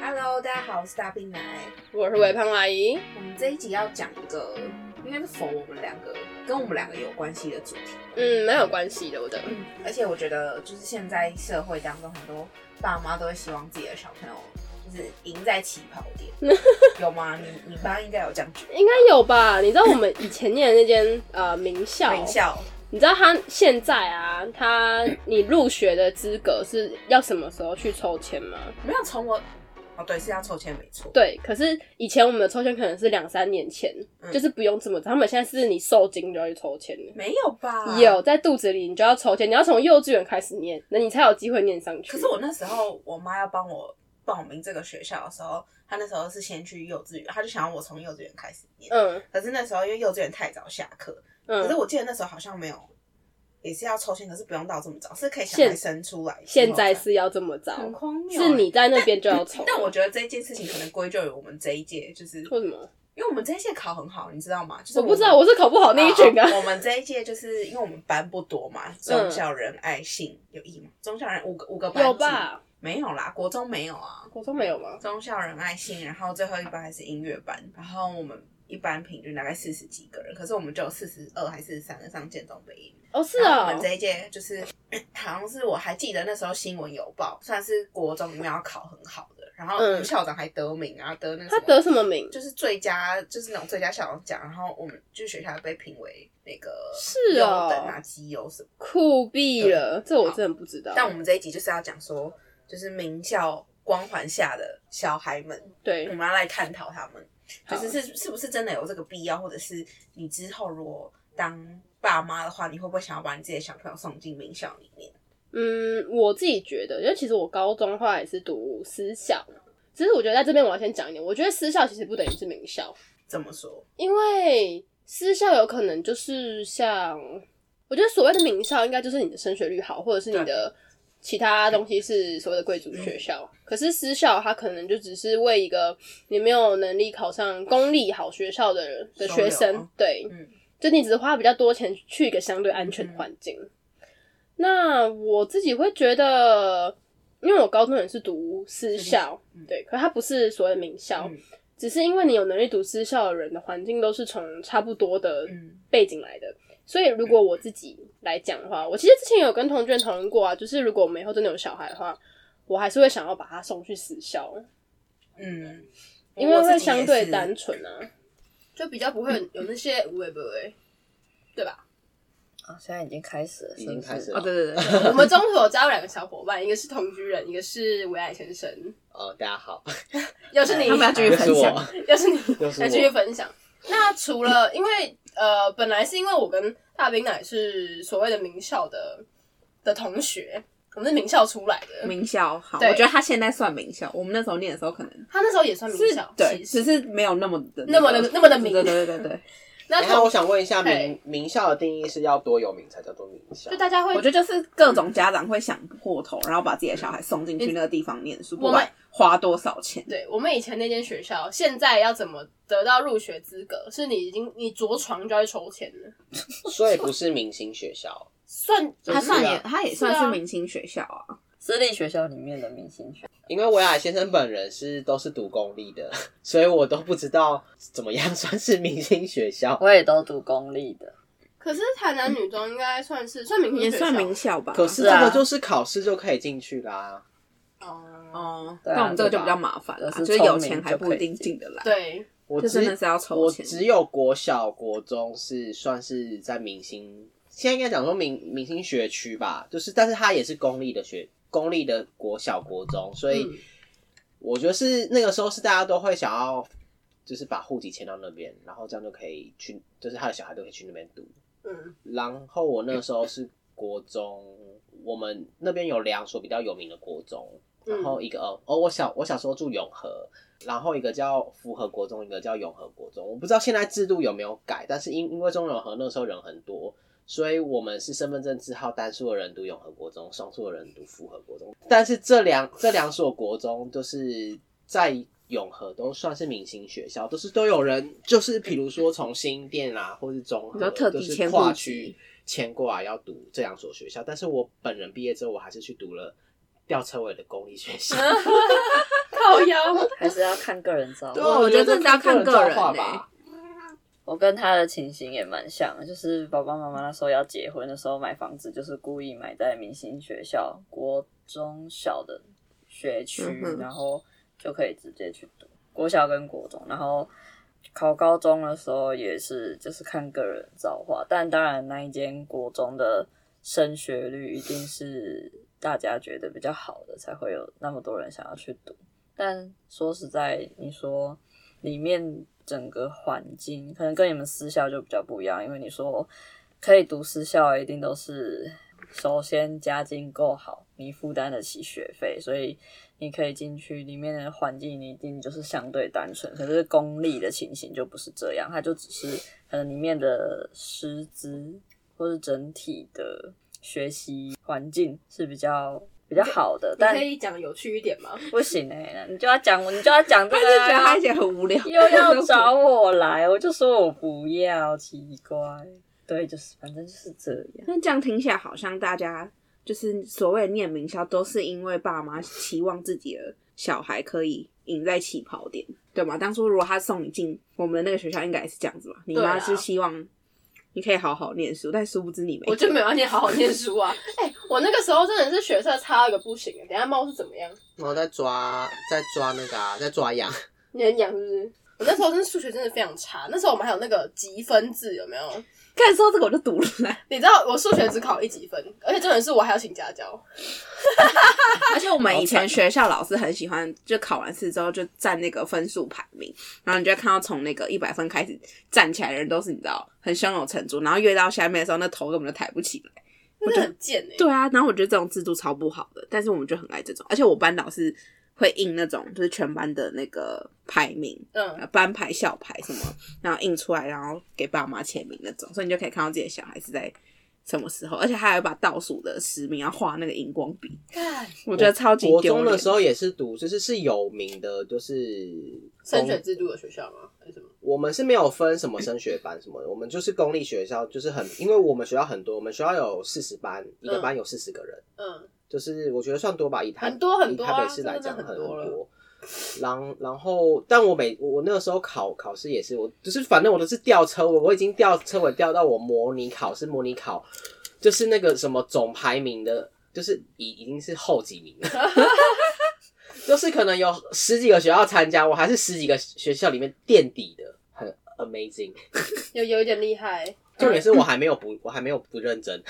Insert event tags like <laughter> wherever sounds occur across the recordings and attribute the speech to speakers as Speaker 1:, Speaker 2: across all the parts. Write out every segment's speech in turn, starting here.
Speaker 1: Hello，大家好，我是大兵奶。
Speaker 2: 我是微胖阿姨，
Speaker 1: 我们这一集要讲一个，应该是否我们两个跟我们两个有关系的主题。
Speaker 2: 嗯，蛮有关系的，我的，
Speaker 1: 嗯，而且我觉得就是现在社会当中，很多爸妈都会希望自己的小朋友就是赢在起跑
Speaker 2: <laughs>
Speaker 1: 点，有吗？你你爸应该有这样觉得？
Speaker 2: 应该有吧？你知道我们以前念的那间呃名校，
Speaker 1: 名校
Speaker 2: 你知道他现在啊，他你入学的资格是要什么时候去抽签吗？
Speaker 1: 没有从我哦，对，是要抽签没错。
Speaker 2: 对，可是以前我们的抽签可能是两三年前，
Speaker 1: 嗯
Speaker 2: 就是不用这么早，他们现在是你受精就要去抽签了。
Speaker 1: 没有吧？
Speaker 2: 有。在肚子里，你就要抽签，你要从幼稚园开始念，那你才有机会念上去。
Speaker 1: 可是我那时候我妈要帮我报名这个学校的时候，她那时候是先去幼稚园，她就想要我从幼稚园开始念。
Speaker 2: 嗯
Speaker 1: 可是那时候因为幼稚园太早下课，可是
Speaker 2: 嗯，
Speaker 1: 我记得那时候好像没有，也是要抽签，可是不用到这么早，是可以小孩
Speaker 2: 现
Speaker 1: 生出来之后才。
Speaker 2: 现在是要这么早，
Speaker 1: 很荒谬欸、
Speaker 2: 是你在那边就要
Speaker 1: <laughs>
Speaker 2: 抽。
Speaker 1: 但我觉得这件事情可能归咎于我们这一届，就是
Speaker 2: 为什么？
Speaker 1: 因为我们这一届考很好，你知道吗？就是
Speaker 2: 我不知
Speaker 1: 们哦
Speaker 2: 道，我是考不好那一群啊。
Speaker 1: 我们这一届就是因为我们班不多
Speaker 2: 嗯
Speaker 1: 嘛，中小人、爱信有意吗？中小人五个五个班
Speaker 2: 有
Speaker 1: 级？
Speaker 2: 吧？
Speaker 1: 没有啦，国中没有啊。
Speaker 2: 国中没有吗？
Speaker 1: 中校仁爱心，然后最后一班还是音乐班，然后我们一班平均大概四十几个人，可是我们就有四十二还是三个上建中北音。
Speaker 2: 哦，是
Speaker 1: 然后我
Speaker 2: 啊
Speaker 1: 们，这一届就是好像是我还记得那时候新闻有报，算是国中里面要考很好的，然后我们
Speaker 2: 嗯
Speaker 1: 校长还得名啊，得那个
Speaker 2: 他
Speaker 1: 什么
Speaker 2: 得什么名？
Speaker 1: 就是最佳就是那种最佳校长奖，然后我们就学校被评为那个
Speaker 2: 是
Speaker 1: 优
Speaker 2: 哦
Speaker 1: 等啊绩优什么。
Speaker 2: 酷毙了，这我真的不知道。
Speaker 1: 但我们这一集就是要讲说，就是名校光环下的小孩们。我
Speaker 2: 对，
Speaker 1: 们要来探讨他们，就
Speaker 2: 好
Speaker 1: 是是是不是真的有这个必要，或者是你之后如果当爸妈的话，你会不会想要把你自己的小朋友送进名校里面？
Speaker 2: 嗯，我自己觉得，因为其实我高中的话也是读私校，只是我觉得在这边我要先讲一点，我觉得私校其实不等于是名校，
Speaker 1: 怎么说？
Speaker 2: 因为私校有可能就是像，我觉得所谓的名校应该就是你的升学率好，或者是你的其他东西是所谓的贵族
Speaker 1: 嗯
Speaker 2: 学校。可是私校它可能就只是为一个你没有能力考上公立好学校的人的学
Speaker 1: 收留
Speaker 2: 生
Speaker 1: 啊，
Speaker 2: 对，
Speaker 1: 嗯
Speaker 2: 就你只是花比较多钱去一个相对安全的环境。那我自己会觉得，因为我高中也是读私校，
Speaker 1: 嗯
Speaker 2: 对，可它不是所谓的名校，
Speaker 1: 嗯
Speaker 2: 只是因为你有能力读私校的人的环境都是从差不多的
Speaker 1: 嗯
Speaker 2: 背景来的。所以，如果我自己来讲的话，我其实之前有跟同居人讨论过啊，就是如果我们以后真的有小孩的话，我还是会想要把他送去私校，
Speaker 1: 嗯，
Speaker 2: 因为
Speaker 1: 我自己
Speaker 2: 会
Speaker 1: 也
Speaker 2: 相对
Speaker 1: 是
Speaker 2: 单纯啊，就比较不会有那些无为不为，对吧？
Speaker 3: 啊，现在已经开始了，是
Speaker 4: 已
Speaker 3: 不
Speaker 4: 经开
Speaker 3: 是
Speaker 4: 始
Speaker 2: 哦，
Speaker 4: 了。
Speaker 2: 对对对， <laughs> 我们中途有加入两个小伙伴，一个是同居人，一个是维爱先生，
Speaker 4: 哦，大家好，
Speaker 2: 又是你，
Speaker 3: 他们要继续
Speaker 2: <laughs>
Speaker 4: <laughs> 又是
Speaker 3: 分享
Speaker 4: 我，
Speaker 2: 又是你，
Speaker 4: 又是
Speaker 2: 来继续
Speaker 4: 我。
Speaker 2: 分享。那除了因为呃，本来是因为我跟大兵奶是所谓的名校的的同学，我们是名校出来的，
Speaker 3: 名校好，
Speaker 2: 对
Speaker 3: 我觉得他现在算名校，我们那时候念的时候可能
Speaker 2: 他那时候也算名校，
Speaker 3: 对，
Speaker 2: 其
Speaker 3: 只是
Speaker 2: 实
Speaker 3: 没有那么的
Speaker 2: 那么的
Speaker 3: 个
Speaker 2: 那么的名
Speaker 3: 对对对对对，
Speaker 2: 那
Speaker 4: 哎那我
Speaker 2: 同
Speaker 4: 想问一下，
Speaker 2: 嘿
Speaker 4: 名名校的定义是要多有名才叫做名校
Speaker 2: 就？大家会
Speaker 3: 我觉得就是各种家长会想破头，然后把自己的小孩送进去那个地方念书，
Speaker 2: 我
Speaker 3: 不
Speaker 2: 们
Speaker 3: 管花多少钱。
Speaker 2: 对我们以前那间学校，现在要怎么得到入学资格？是你已经你着床就要去抽签了，
Speaker 4: 所以不是明星学校，
Speaker 2: 算
Speaker 4: 就
Speaker 3: 他
Speaker 4: 是
Speaker 3: 算
Speaker 4: 啊
Speaker 3: 也，他也
Speaker 2: 是啊
Speaker 3: 算是明星学校啊。
Speaker 5: 私立学校里面的明星学，
Speaker 4: 因为维亚先生本人是都是读公立的，所以我都不知道怎么样 <laughs> 算是明星学校。
Speaker 5: 我也都读公立的。
Speaker 2: 可是台南女中应该算是算明星
Speaker 3: 也
Speaker 2: 学
Speaker 3: 算
Speaker 2: 校
Speaker 3: 名校吧，
Speaker 4: 可是
Speaker 5: 是
Speaker 4: 这
Speaker 5: 啊
Speaker 4: 个就是考试就可以进去啦。
Speaker 2: 哦，
Speaker 3: 哦，
Speaker 5: 对啊
Speaker 3: 那我们这个就比较麻烦了，
Speaker 5: 对啊
Speaker 3: 就是有钱还不一定
Speaker 5: 就是
Speaker 3: 进
Speaker 5: 聪
Speaker 3: 得来。
Speaker 1: <laughs>
Speaker 2: 对，啊
Speaker 4: 我
Speaker 3: 这
Speaker 4: 只
Speaker 3: 真的是要抽
Speaker 4: 我
Speaker 3: 钱
Speaker 4: 只有国小、国中是算是在明星，现在应该讲说明明星学区吧，就是，但是它也是公立的学，公立的国小、国中，所以
Speaker 2: 嗯
Speaker 4: 我觉得是那个时候是大家都会想要，就是把户籍迁到那边，然后这样就可以去，就是他的小孩都可以去那边读。
Speaker 2: 嗯，
Speaker 4: 然后我那个时候是国中，我们那边有两所比较有名的国中，
Speaker 2: 嗯
Speaker 4: 然后一个哦，我小我小时候住永和，然后一个叫福和国中，一个叫永和国中。我不知道现在制度有没有改，但是因因为中永和那时候人很多，所以我们是身份证字号单数的人读永和国中，双数的人读福和国中。但是这两这两所国中就是在永和都算是明星学校，都是都有人就是比如说从新店啊，或是中
Speaker 3: 你
Speaker 4: 和，
Speaker 3: 说特
Speaker 4: 就
Speaker 3: 地
Speaker 4: 是
Speaker 3: 迁
Speaker 4: 跨
Speaker 3: 户
Speaker 4: 区
Speaker 3: 籍
Speaker 4: 迁过来要读这两所学校。但是我本人毕业之后，我还是去读了吊车尾的公立学校。
Speaker 2: 靠腰，
Speaker 5: 还是要看个人
Speaker 1: <laughs>
Speaker 5: 造
Speaker 1: 对
Speaker 4: <laughs>
Speaker 5: 化。
Speaker 1: 啊我觉得这是要看个人
Speaker 4: 造化
Speaker 1: 欸
Speaker 4: 吧。
Speaker 5: 我跟他的情形也蛮像的，就是爸爸妈妈那时候要结婚的时候买房子，就是故意买在明星学校、国中小的学区，
Speaker 1: 嗯哼
Speaker 5: 然后就可以直接去读国小跟国中，然后。考高中的时候也是，就是看个人造化，但当然那一间国中的升学率一定是大家觉得比较好的，才会有那么多人想要去读。但说实在，你说里面整个环境，可能跟你们私校就比较不一样，因为你说可以读私校，一定都是首先家境够好，你负担得起学费，所以你可以进去里面的环境，你一定就是相对单纯。可是公立的情形就不是这样，它就只是可能里面的师资或是整体的学习环境是比较比较好的，
Speaker 2: 你
Speaker 5: 但
Speaker 2: 可以讲有趣一点吗？
Speaker 5: 不行哎、你就要讲，你就要讲这
Speaker 1: 他
Speaker 5: 个
Speaker 1: 就觉得
Speaker 5: 啊、
Speaker 1: 他姐很无 <laughs> 聊，
Speaker 5: 又要找我来，我就说我不要，奇怪。对，就是反正就是这样。
Speaker 1: 那这样听起来，好像大家就是所谓念名校，都是因为爸妈期望自己的小孩可以赢在起跑点，对吗？当初如果他送你进我们的那个学校，应该也是这样子吧？你
Speaker 2: 对
Speaker 1: 妈
Speaker 2: 啊
Speaker 1: 是希望你可以好好念书，但殊不知你没。
Speaker 2: 我就没有要念好好念书啊！ <laughs> 哎、我那个时候真的是学测差到一个不行、欸等一下猫是怎么样？
Speaker 4: 然后在抓在抓那个、啊、在抓羊，
Speaker 2: 你很痒是不是？我那时候真的数学真的非常差，那时候我们还有那个积分制，有没有？
Speaker 1: 看说这个我就堵了，
Speaker 2: 你知道我数学只考一级分，而且重点是我还要请家教。
Speaker 1: <laughs> 而且我们以前学校老师很喜欢，就考完试之后就占那个分数排名，然后你就会看到从那个一百分开始站起来的人都是你知道很胸有成竹，然后越到下面的时候，那头根本就抬不起来。
Speaker 2: 真的很贱哎、
Speaker 1: 对啊，然后我觉得这种制度超不好的，但是我们就很爱这种，而且我班导师会印那种就是全班的那个排名，
Speaker 2: 嗯，
Speaker 1: 呃班牌、校牌什么，然后印出来，然后给爸妈签名那种，所以你就可以看到自己的小孩是在什么时候，而且还有把倒数的十名要画那个荧光笔，
Speaker 2: 看
Speaker 1: 我觉得超级
Speaker 4: 国
Speaker 1: 丢
Speaker 4: 中
Speaker 1: 脸。
Speaker 4: 的时候也是读，就是是有名的，就是
Speaker 2: <laughs> 升学制度的学校吗？还是什么？
Speaker 4: 我们是没有分什么升学班什么的，我们就是公立学校，就是很，因为我们学校很多，我们学校有四十班，一个班有四十个人，
Speaker 2: 嗯，
Speaker 4: 就是我觉得算多吧，以台
Speaker 2: 很多很多啊
Speaker 4: 以台北市来讲
Speaker 2: 真的很
Speaker 4: 很
Speaker 2: 多了
Speaker 4: 多。然然后，但我每我我那个时候考考试也是，我就是反正我都是吊车尾，我已经吊车尾吊到我模拟考试，模拟考就是那个什么总排名的，就是已已经是后几名了， <laughs> 就是可能有十几个学校参加，我还是十几个学校里面垫底的，很 amazing。
Speaker 2: 有有一点厉害，
Speaker 4: 重点是我还没有不我还没有不认真，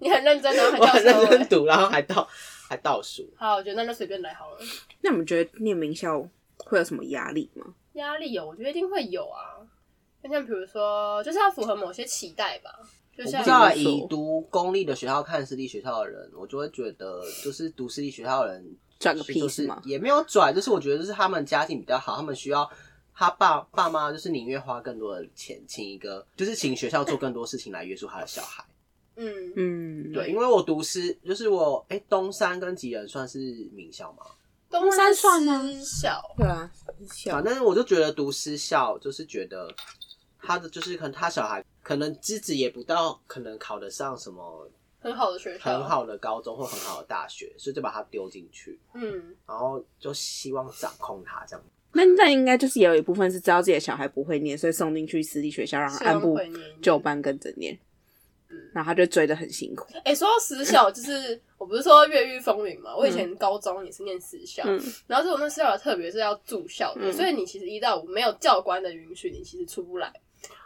Speaker 2: 你很认真，然后还
Speaker 4: <laughs> 我很
Speaker 2: 教
Speaker 4: 认
Speaker 2: 授、
Speaker 4: 真
Speaker 2: 欸。
Speaker 4: 读，然后还倒还倒数。
Speaker 2: 好，我觉得那就随便来好了。
Speaker 1: 那你们觉得念名校会有什么压力吗？
Speaker 2: 压力有，我觉得一定会有啊。就像比如说，就是要符合某些期待吧。就
Speaker 4: 我
Speaker 2: 像
Speaker 4: 不知道啊
Speaker 1: 比如说
Speaker 4: 以读公立的学校看私立学校的人，我就会觉得，就是读私立学校的人
Speaker 1: 转个屁
Speaker 4: 就是是
Speaker 1: 吗？
Speaker 4: 也没有转，就是我觉得就是他们家境比较好，他们需要他爸爸妈就是宁愿花更多的钱请一个，就是请学校做更多事情来约束他的小孩。
Speaker 2: 嗯，
Speaker 1: 嗯，
Speaker 4: 对，因为我读私，就是我哎、东山跟吉人算是名校嘛，
Speaker 2: 东
Speaker 1: 山算吗
Speaker 2: 私小，
Speaker 1: 对啊，校
Speaker 4: 反正我就觉得读私校就是觉得他的就是可能他小孩可能资质也不到，可能考得上什么
Speaker 2: 很好的学校，
Speaker 4: 很。好的高中或很好的大学，所以就把它丢进去，
Speaker 2: 嗯，
Speaker 4: 然后就希望掌控它这样。
Speaker 1: 那那应该就是也有一部分是知道自己的小孩不会念，所以送进去私立学校，让他
Speaker 2: 希
Speaker 1: 按
Speaker 2: 望
Speaker 1: 啊部
Speaker 2: 啊会念。
Speaker 1: 就班跟着念，然后他就追得很辛苦。
Speaker 2: 哎、说到私校，就是我不是说越狱风云嘛？我以前高中也是念私校，
Speaker 1: 嗯
Speaker 2: 然后是我们私校特别是要住校的，
Speaker 1: 嗯
Speaker 2: 所以你其实一到五没有教官的允许，你其实出不来。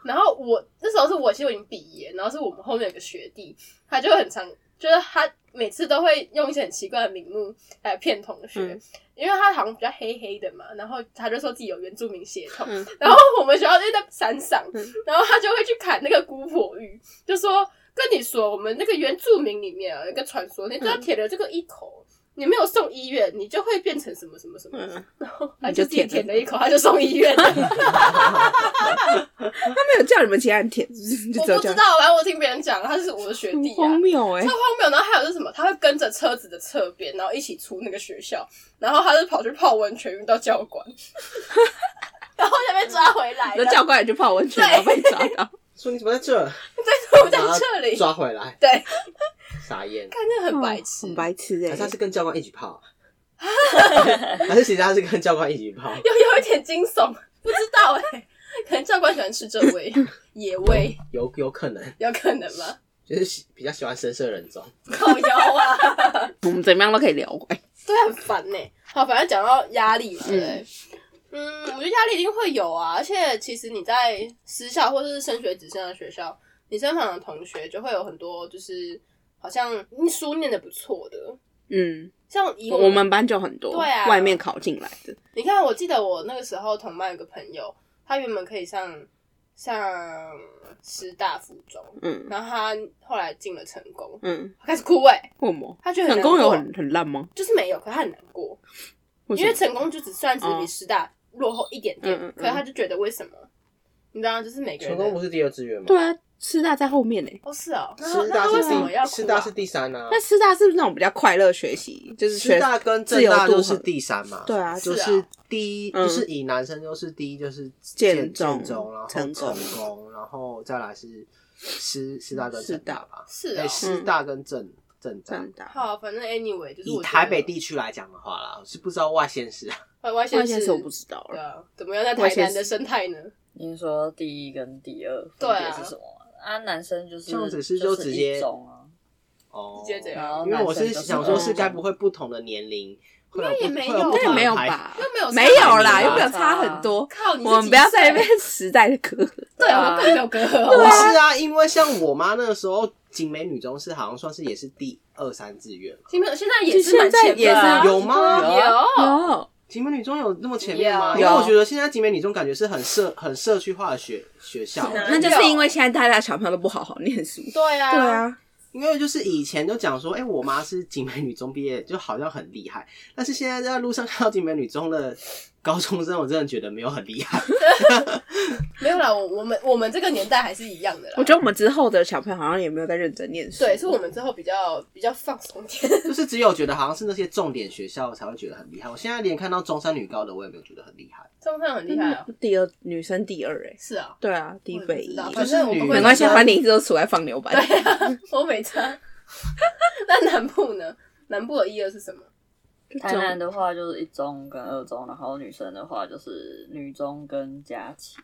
Speaker 2: 然后我那时候是我其实我已经毕业，然后是我们后面有个学弟，他就很常就是他每次都会用一些很奇怪的名目来骗同学，
Speaker 1: 嗯
Speaker 2: 因为他好像比较黑黑的嘛，然后他就说自己有原住民血统，
Speaker 1: 嗯
Speaker 2: 然后我们学校就在山上，
Speaker 1: 嗯
Speaker 2: 然后他就会去砍那个姑婆芋，就说跟你说，我们那个原住民里面啊有一个传说，你只
Speaker 1: 嗯
Speaker 2: 要舔了这个一口，你没有送医院，你就会变成什么什么什么， <laughs>
Speaker 1: 嗯，
Speaker 2: 他
Speaker 1: 你就
Speaker 2: 就自己
Speaker 1: 舔了
Speaker 2: 舔了一口，他就送医院了。
Speaker 1: 他没有叫你们其他人填，是不是就
Speaker 2: 我
Speaker 1: 只有
Speaker 2: 不
Speaker 1: 这样。
Speaker 2: 知道，反正我听别人讲，他是我的学
Speaker 1: 很
Speaker 2: 弟啊
Speaker 1: 荒。谬哎、
Speaker 2: 超荒谬，然后还有是什么？他会跟着车子的侧边，然后一起出那个学校，然后他就跑去泡温泉，遇到教官， <laughs> 然后就被抓回来
Speaker 1: 那
Speaker 2: 了。
Speaker 1: 教官也去泡温泉，然后被抓 <laughs> 到。
Speaker 4: 说你怎么
Speaker 2: <laughs>
Speaker 4: 在这？
Speaker 2: 对，我在这里，
Speaker 4: 抓回来，
Speaker 2: 对，
Speaker 4: <laughs> 傻眼。
Speaker 2: 看这很白痴，
Speaker 1: 很白痴哎、
Speaker 2: <laughs>
Speaker 4: 可是他是跟教官一起泡，啊 <laughs> 还是其实他是跟教官一起泡？
Speaker 2: 又有一点惊悚，不知道哎、可能教官喜欢吃这味野味，
Speaker 4: 有有可能，
Speaker 2: 有可能吗？
Speaker 4: 就是喜比较喜欢深色人种。
Speaker 2: 靠腰啊，
Speaker 1: 我们怎么样都可以聊哎。
Speaker 2: 对，很烦呢、好，反正讲到压力嘛，对不对。嗯，我觉得压力一定会有啊，而且其实你在私校或者是升学只剩的学校，你身旁的同学就会有很多，就是好像你书念的不错的，
Speaker 1: 嗯，
Speaker 2: 像以
Speaker 1: 我们班就很多，
Speaker 2: 对啊
Speaker 1: 外面考进来的，
Speaker 2: 你看，我记得我那个时候同班有个朋友，他原本可以上上师大附中，
Speaker 1: 嗯
Speaker 2: 然后他后来进了成功，
Speaker 1: 嗯，
Speaker 2: 他开始哭哎、
Speaker 1: 为什么？
Speaker 2: 他觉得
Speaker 1: 成
Speaker 2: 很难过
Speaker 1: 功有很很烂吗？
Speaker 2: 就是没有，可他很难过，因
Speaker 1: 什
Speaker 2: 为
Speaker 1: 么
Speaker 2: 成功就只算是比
Speaker 1: 哦
Speaker 2: 师大落后一点点，
Speaker 1: 嗯嗯嗯
Speaker 2: 可他就觉得为什么？你知道，就是每个人
Speaker 4: 成
Speaker 2: 的
Speaker 4: 功不是第二志愿吗？
Speaker 1: 对啊，师大在后面呢。欸
Speaker 2: 哦是哦，那
Speaker 4: 师
Speaker 2: 那
Speaker 4: 大
Speaker 2: 他
Speaker 4: 是
Speaker 2: 为
Speaker 4: 第
Speaker 2: 什么要哭、啊？
Speaker 4: 师大是第三啊，
Speaker 1: 那师大是不是那种比较快乐学习？就是学
Speaker 4: 师大跟
Speaker 1: 自
Speaker 4: 正
Speaker 1: 由
Speaker 4: 大
Speaker 1: 度
Speaker 4: 都
Speaker 1: 很
Speaker 4: 是第三嘛。
Speaker 1: 对啊，
Speaker 2: 是
Speaker 4: 就
Speaker 2: 啊
Speaker 4: 是第一，
Speaker 1: 嗯
Speaker 4: 就是以男生就是第一就是
Speaker 1: 建中
Speaker 4: 中，建中然后
Speaker 1: 成
Speaker 4: 成
Speaker 1: 功
Speaker 4: 功，然后再来是师师大跟
Speaker 1: 师
Speaker 4: 正
Speaker 1: 大
Speaker 4: 大吧，
Speaker 2: 是
Speaker 4: 哎，
Speaker 2: 哦，
Speaker 4: 师大跟正正大。
Speaker 1: 真的啊。
Speaker 2: 好，反正 anyway 就是
Speaker 4: 以
Speaker 2: 我觉得
Speaker 4: 台北地区来讲的话啦，我是不知道外县市啊，
Speaker 2: 外外县
Speaker 1: 外
Speaker 2: 市
Speaker 1: 先生我不知道
Speaker 2: 对
Speaker 1: 了，
Speaker 2: 啊，怎么样在
Speaker 1: 外
Speaker 2: 台
Speaker 1: 县
Speaker 2: 南的
Speaker 1: 市
Speaker 2: 生态呢？
Speaker 5: 您说第一跟第二分
Speaker 2: 对啊
Speaker 5: 别是什么啊？啊，男生就是
Speaker 4: 这样子是
Speaker 5: 就
Speaker 4: 就直接
Speaker 5: 一种啊，
Speaker 4: 哦，
Speaker 2: 直接这样
Speaker 5: 然后
Speaker 4: 因为我
Speaker 5: 男
Speaker 4: 是
Speaker 5: 生就
Speaker 4: 想说，
Speaker 5: 二
Speaker 4: 是
Speaker 5: 种
Speaker 4: 该不会不同的年龄会有不
Speaker 2: 也没
Speaker 4: 会
Speaker 2: 有
Speaker 4: 有不
Speaker 1: 那也
Speaker 4: 同
Speaker 1: 没有
Speaker 4: 的排
Speaker 1: 吧？
Speaker 2: 又没有
Speaker 1: 没有啦，
Speaker 4: 差很
Speaker 1: 又没
Speaker 4: 多
Speaker 1: 有差很多。
Speaker 2: 靠你，
Speaker 1: 我们不要在那边。啊时代的歌。
Speaker 2: 对，啊我们更有隔阂
Speaker 4: 不
Speaker 2: 哦。
Speaker 4: 是啊，因为像我妈那个时候，景美女中是好像算是也是第二三志愿嘛。
Speaker 2: 新朋友现在也是蛮
Speaker 1: 现在
Speaker 2: 前面的啊
Speaker 4: 也是有吗
Speaker 2: 对
Speaker 4: 有
Speaker 2: 啊有
Speaker 1: 有，
Speaker 4: 景美女中有那么前面吗？
Speaker 2: 有
Speaker 4: 因为我觉得现在景美女中感觉是很社很社区化的学学校，
Speaker 2: 是啊
Speaker 1: 那就是因为现在大家小朋友都不好好念书。
Speaker 2: 对啊，
Speaker 1: 对，啊，
Speaker 4: 因为就是以前就讲说，哎、我妈是景美女中毕业，就好像很厉害，但是现在在路上看到景美女中的高中生，我真的觉得没有很厉害。 <laughs>
Speaker 2: 没有啦，我我们我们这个年代还是一样的啦。
Speaker 1: 我觉得我们之后的小朋友好像也没有在认真念书。
Speaker 2: 对，是我们之后比较比较放松点。 <laughs>
Speaker 4: 就是只有觉得好像是那些重点学校才会觉得很厉害。我现在连看到中山女高的我也没有觉得很厉害，
Speaker 2: 中山很厉
Speaker 1: 真
Speaker 2: 害哦
Speaker 1: 的，嗯第二女生第二哎，
Speaker 2: 是啊，
Speaker 1: 对啊，第一北一
Speaker 2: 我也不知道。
Speaker 4: 就
Speaker 2: 反
Speaker 4: 是
Speaker 2: 正我
Speaker 4: 女
Speaker 2: 们
Speaker 1: 没
Speaker 2: 会
Speaker 1: 关系，
Speaker 4: 生
Speaker 1: 反正你一直都处在放牛班。
Speaker 2: 对啊，我没差。那南部呢？南部的一二是什么？
Speaker 5: 台南的话就是一中跟二中，然后女生的话就是女中跟佳琪。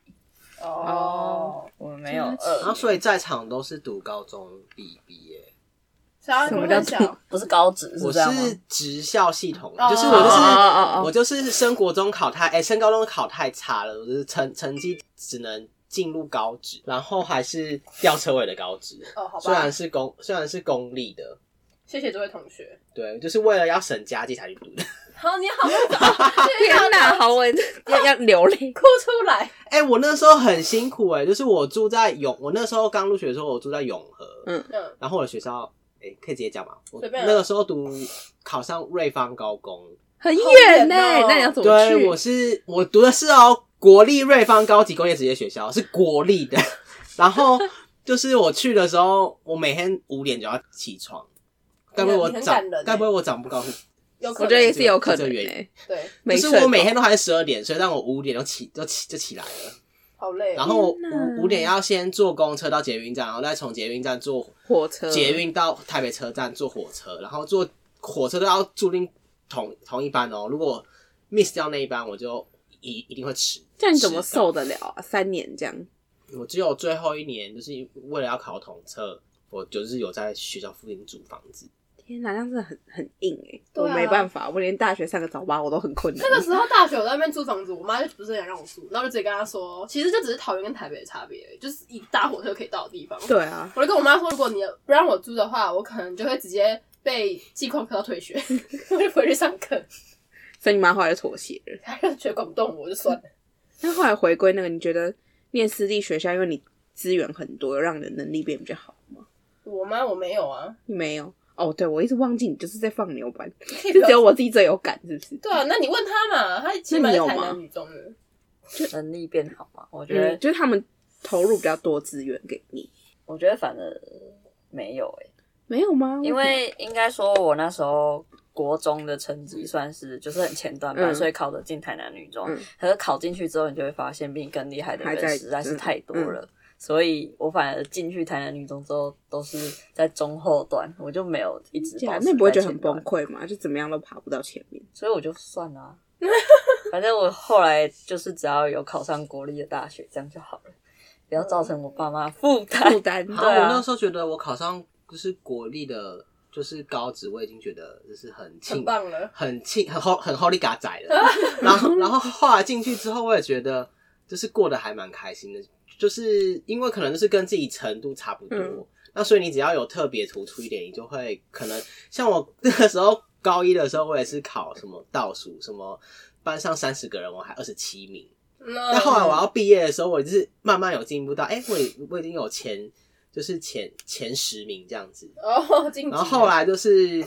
Speaker 1: 哦，
Speaker 5: 我们没有
Speaker 1: 佳琪
Speaker 5: 二
Speaker 4: 然后所以在场都是读高中毕毕业，
Speaker 2: 啥
Speaker 1: 什么叫
Speaker 2: 小？
Speaker 5: 不是高职，
Speaker 4: 我
Speaker 5: 这样吗？
Speaker 4: 是职校系统，
Speaker 2: 哦
Speaker 4: 就是
Speaker 1: 哦
Speaker 4: 我就
Speaker 1: 哦
Speaker 4: 是。
Speaker 1: 哦
Speaker 4: 我
Speaker 1: 哦，
Speaker 4: 就是升国中考太，哎、升高中考太差了，我就是成成绩只能进入高职，然后还是吊车尾的高职，
Speaker 2: 哦，好
Speaker 4: 虽然
Speaker 2: 吧，
Speaker 4: 是公虽然是公立的，
Speaker 2: 谢谢这位同学。
Speaker 4: 对，就是为了要省家计才去读的。
Speaker 2: 好，你好会
Speaker 1: <laughs>
Speaker 2: 找，
Speaker 1: 天哪，好文要要流泪。
Speaker 2: 哭出来。
Speaker 4: 哎、我那时候很辛苦哎、就是我住在永，我那时候刚入学的时候，我住在永和，
Speaker 2: 嗯，
Speaker 4: 然后我的学校，哎、可以直接讲吗？我
Speaker 2: 随便啊
Speaker 4: 那个时候读考上瑞芳高工，
Speaker 1: 很
Speaker 2: 好
Speaker 1: 远
Speaker 2: 远
Speaker 1: 呢、
Speaker 2: 哦
Speaker 1: 那你要怎么去？
Speaker 4: 对，我是我读的是哦国立瑞芳高级工业职业学校，是国立的。 <laughs> 然后就是我去的时候，我每天五点就要起床。该不会我
Speaker 2: 你很
Speaker 4: 长
Speaker 2: 感人欸，
Speaker 4: 该不会我长不高是？
Speaker 2: 有可
Speaker 1: 我
Speaker 2: 能
Speaker 1: 觉得也是有可能、
Speaker 4: 这个
Speaker 1: 欸
Speaker 4: 原。
Speaker 2: 对，
Speaker 1: 没
Speaker 4: 就是
Speaker 1: 睡
Speaker 4: 我每
Speaker 1: 饱
Speaker 4: 天都还是十二点，所以让我五点就起就起就起来了。
Speaker 2: 好累哦。
Speaker 4: 然后
Speaker 1: 天哪
Speaker 4: 五五点要先坐公车到捷运站，然后再从捷运站坐
Speaker 1: 火车
Speaker 4: 捷运到台北车站坐火车，然后坐火车都要注定同同一班哦。如果 miss 掉那一班，我就一一定会迟。
Speaker 1: 这样你怎么
Speaker 4: 迟到
Speaker 1: 受得了啊？三年这样，
Speaker 4: 我只有最后一年，就是为了要考统测，我就是有在学校附近租房子。
Speaker 1: 天哪，这样真的很很硬哎、
Speaker 2: 对啊
Speaker 1: 我没办法，我连大学上个早八我都很困难。
Speaker 2: 那个时候大学我在那边租房子，我妈就不是很让我住，然后就直接跟她说，其实这只是桃园跟台北的差别而已，就是一搭火车可以到的地方。
Speaker 1: 对啊，
Speaker 2: 我就跟我妈说，如果你不让我租的话，我可能就会直接被记旷课到退学， <laughs> 我就回去上课。
Speaker 1: 所以你妈后来就妥协了。
Speaker 2: 她就觉得管不动我，就算了。
Speaker 1: 那后来回归那个，你觉得念私立学校，因为你资源很多，有让你的能力变比较好吗？
Speaker 2: 我妈我没有啊，
Speaker 1: 你没有哦，对我一直忘记你就是在放牛
Speaker 2: <laughs>
Speaker 1: 班，
Speaker 2: 你可以
Speaker 1: 就
Speaker 2: 不
Speaker 1: 只有
Speaker 2: 要。
Speaker 1: 我自己最有感，是不是？
Speaker 2: 对啊，那你问她嘛，她起码在台南女中的。
Speaker 5: 能力变好嘛？我觉得，
Speaker 1: 嗯，就是他们投入比较多资源给你，
Speaker 5: 我觉得反正没有诶、
Speaker 1: 没有吗？
Speaker 5: 因为应该说，我那时候国中的成绩算是就是很前段班，
Speaker 1: 嗯
Speaker 5: 所以考得进台南女中。
Speaker 1: 嗯
Speaker 5: 可是考进去之后，你就会发现比你更厉害的
Speaker 1: 还在嗯
Speaker 5: 人实在是太多了，所以我反而进去台南女中之后都是在中后段，我就没有一直
Speaker 1: 对
Speaker 5: 保
Speaker 1: 啊
Speaker 5: 持
Speaker 1: 那你不会
Speaker 5: 在
Speaker 1: 觉得
Speaker 5: 前
Speaker 1: 很
Speaker 5: 段
Speaker 1: 崩溃吗？就怎么样都爬不到前面。
Speaker 5: 所以我就算了啊、
Speaker 1: <laughs>
Speaker 5: 反正我后来就是只要有考上国立的大学，这样就好了，不要造成我爸妈负
Speaker 1: <laughs>
Speaker 5: 担 <laughs>
Speaker 1: 负。担
Speaker 5: 对啊
Speaker 4: 我那时候觉得我考上就是国立的，就是高职，我已经觉得就是很庆
Speaker 2: 很棒了。
Speaker 4: 很庆很 ho 很 holy 嘎仔了。 <laughs> 然后然后后来进去之后，我也觉得就是过得还蛮开心的，就是因为可能就是跟自己程度差不多，
Speaker 1: 嗯
Speaker 4: 那所以你只要有特别突出一点，你就会可能像我那个时候高一的时候，我也是考什么倒数什么。班上三十个人，我还二十七名。
Speaker 2: 那
Speaker 4: 但后来
Speaker 2: 嗯
Speaker 4: 我要毕业的时候，我就是慢慢有进步到，哎、我已我已经有前，就是前前十名这样子。
Speaker 2: 哦，晋级了
Speaker 4: 然后后来就是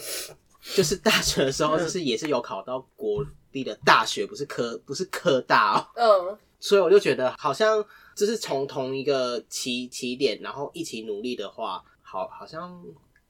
Speaker 4: 就是大学的时
Speaker 5: 嗯
Speaker 4: 候，就是也是有考到国立的大学，不是科不是科大哦，
Speaker 2: 嗯，
Speaker 4: 所以我就觉得好像就是从同一个起起点，然后一起努力的话，好好像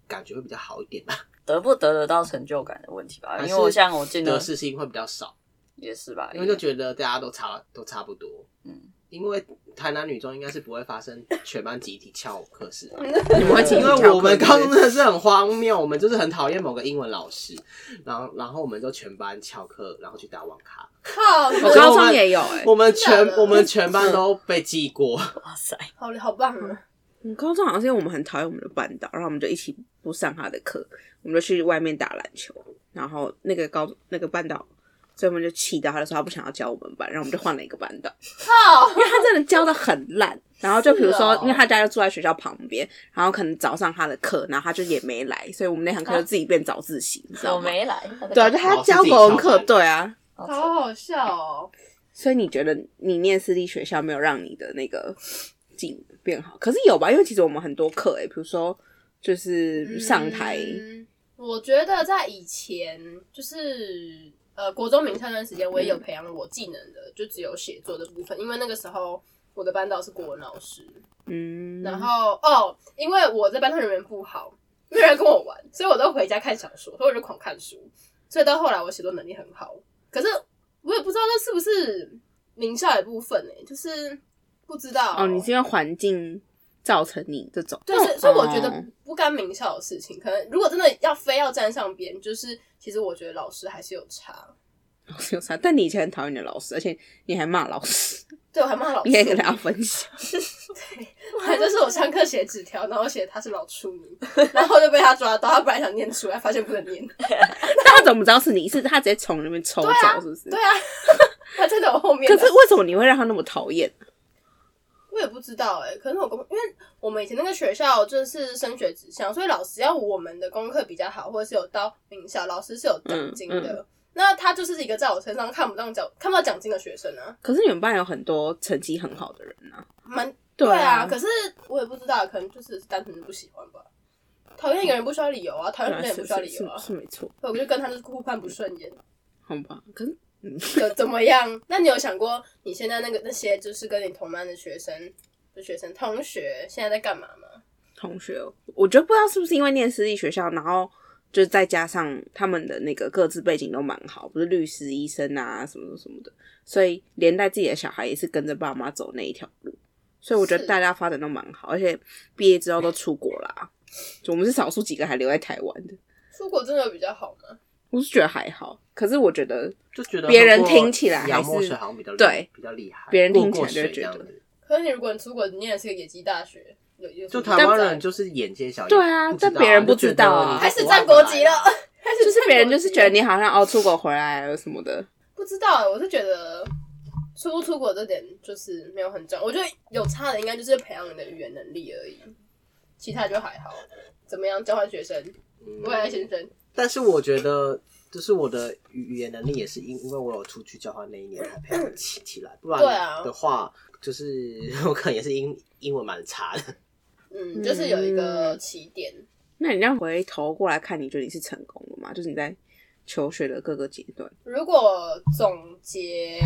Speaker 4: 感觉会比较好一点吧。
Speaker 5: 得不得得到成就感的问题吧，
Speaker 4: 还是
Speaker 5: 啊因为我像我进
Speaker 4: 得
Speaker 5: 的
Speaker 4: 失心会比较少，
Speaker 5: 也是吧，
Speaker 4: 因为就觉得大家都差都差不多。
Speaker 5: 嗯，
Speaker 4: 因为台南女中应该是不会发生全班集体翘课是吧？
Speaker 1: 你们会 <laughs> 请
Speaker 4: 因为我们高中真的是很荒谬，我们就是很讨厌某个英文老师，然后然后我们就全班翘课，然后去打网咖。
Speaker 2: 靠，
Speaker 1: 我高中也有哎、
Speaker 4: 我们全
Speaker 2: 真的
Speaker 4: 我们全班都被记过，
Speaker 1: <laughs>
Speaker 5: 哇塞，
Speaker 2: 好好棒啊！
Speaker 1: 我高中好像是因为我们很讨厌我们的班导，然后我们就一起不上他的课，我们就去外面打篮球。然后那个高那个班导，所以我们就气到他就说他不想要教我们班，然后我们就换了一个班导，
Speaker 2: 靠，
Speaker 1: 因为他真的教的很烂。然后就比如说
Speaker 2: 是哦，
Speaker 1: 因为他家就住在学校旁边，然后可能早上他的课，然后他就也没来，所以我们那堂课就自己变早自习，你知道
Speaker 5: 我
Speaker 1: 吗？
Speaker 5: 没来，
Speaker 1: 对啊，就他教国文
Speaker 4: 哦老师自己翘
Speaker 1: 课，
Speaker 4: 班
Speaker 1: 对啊。
Speaker 5: 好扯
Speaker 2: 好好笑哦！
Speaker 1: 所以你觉得你念私立学校没有让你的那个 <sniffs> 景变好？可是有吧？因为其实我们很多课欸诶、比如说就是上台，
Speaker 2: 嗯我觉得在以前就是呃国中名称那段时间，我也有培养我技能的，就只有写作的部分，因为那个时候我的班导是国文老师，
Speaker 1: 嗯，
Speaker 2: 然后哦，因为我在班上人缘不好，没有人跟我玩，所以我都回家看小说，所以我就狂看书，所以到后来我写作能力很好。可是我也不知道那是不是名校的部分呢、就是不知道
Speaker 1: 哦，你是因为环境造成你这种，
Speaker 2: 对，所以所以我觉
Speaker 1: 哦 <laughs>
Speaker 2: 得不干名校的事情，可能如果真的要非要站上边，就是其实我觉得老师还是有差。
Speaker 1: 老师有差。但你以前很讨厌你的老师，而且你还骂老师， <laughs>
Speaker 2: 对，我还骂老师，
Speaker 1: 你也跟大家分享。
Speaker 2: 还就是我上课写纸条，然后写他是老处女，然后就被他抓到。他本来想念出来，发现不能念。
Speaker 1: 他怎么知道是你？是他直接从那边抽走，是不是？
Speaker 2: 对啊， <laughs> 他站在我后面
Speaker 1: 可
Speaker 2: 的。
Speaker 1: 是为什么你会让他那么讨厌？
Speaker 2: 我也不知道哎、可能我功，因为我们以前那个学校就是升学指向，所以老师要我们的功课比较好，或者是有到名校，老师是有奖金的。
Speaker 1: 嗯
Speaker 2: 那他就是一个在我身上看不到奖看不到奖金的学生啊，
Speaker 1: 可是你们班有很多成绩很好的人啊。
Speaker 2: 蛮
Speaker 1: 对
Speaker 2: 啊
Speaker 1: 啊
Speaker 2: 可是我也不知道，可能就是单纯的不喜欢吧。讨厌一个人不需要理由啊，讨厌
Speaker 1: 对
Speaker 2: 别
Speaker 1: 啊
Speaker 2: 人也
Speaker 1: 是
Speaker 2: 不需要
Speaker 1: 是
Speaker 2: 理
Speaker 1: 是
Speaker 2: 由啊，
Speaker 1: 是没错，
Speaker 2: 所以我就跟他就是互看不顺眼，
Speaker 1: 好吧？可是
Speaker 2: 怎怎么样？那你有想过你现在那个那些就是跟你同班的学生的学生同学现在在干嘛吗？
Speaker 1: 同学，我觉得不知道是不是因为念私立学校，然后就再加上他们的那个各自背景都蛮好，不是律师、医生啊什么什么的，所以连带自己的小孩也是跟着爸妈走那一条路。所以我觉得
Speaker 2: 是
Speaker 1: 大家发展都蛮好，而且毕业之后都出国啦。就我们是少数几个还留在台湾的，
Speaker 2: 出国真的比较好吗？
Speaker 1: 我是觉得还好。可是我觉得
Speaker 4: 就觉得哦
Speaker 1: 别人
Speaker 4: 喝过
Speaker 1: 听起来还
Speaker 4: 洋墨
Speaker 1: 是
Speaker 4: 水好像比较厉
Speaker 1: 对
Speaker 4: 比较厉害，
Speaker 1: 别人听
Speaker 4: 过过
Speaker 1: 起来就
Speaker 4: 水
Speaker 1: 觉
Speaker 4: 这样
Speaker 1: 得
Speaker 4: 子
Speaker 2: 可是你如果你出国，你念的是个野鸡大学，有有什
Speaker 4: 就
Speaker 2: 么
Speaker 4: 台湾人就是眼界小，
Speaker 1: 对啊
Speaker 4: 不知道
Speaker 1: 但别人不知道
Speaker 4: 就觉
Speaker 1: 啊
Speaker 4: 得
Speaker 2: 开始占国籍了，开始
Speaker 1: 哎就是
Speaker 2: 占
Speaker 1: 别人
Speaker 2: 国
Speaker 1: 就
Speaker 2: 籍
Speaker 1: 是觉得你好像哦出国回来了什么的，
Speaker 2: 不知道欸，我是觉得出不出国这点就是没有很重要，我觉得有差的应该就是培养你的语言能力而已，其他就还好。怎么样交换学生？
Speaker 4: 嗯
Speaker 2: 未来先生，
Speaker 4: 但是我觉得，就是我的语语言能力也是因因为我有出去交换那一年才培养起起来，不然
Speaker 2: 对啊
Speaker 4: 的话，就是 <laughs> 我可能也是英英文蛮差的。
Speaker 2: 嗯，就是有一个起点。
Speaker 1: 那你让回头过来看，你觉得你是成功了吗？就是你在求学的各个阶段，
Speaker 2: 如果总结，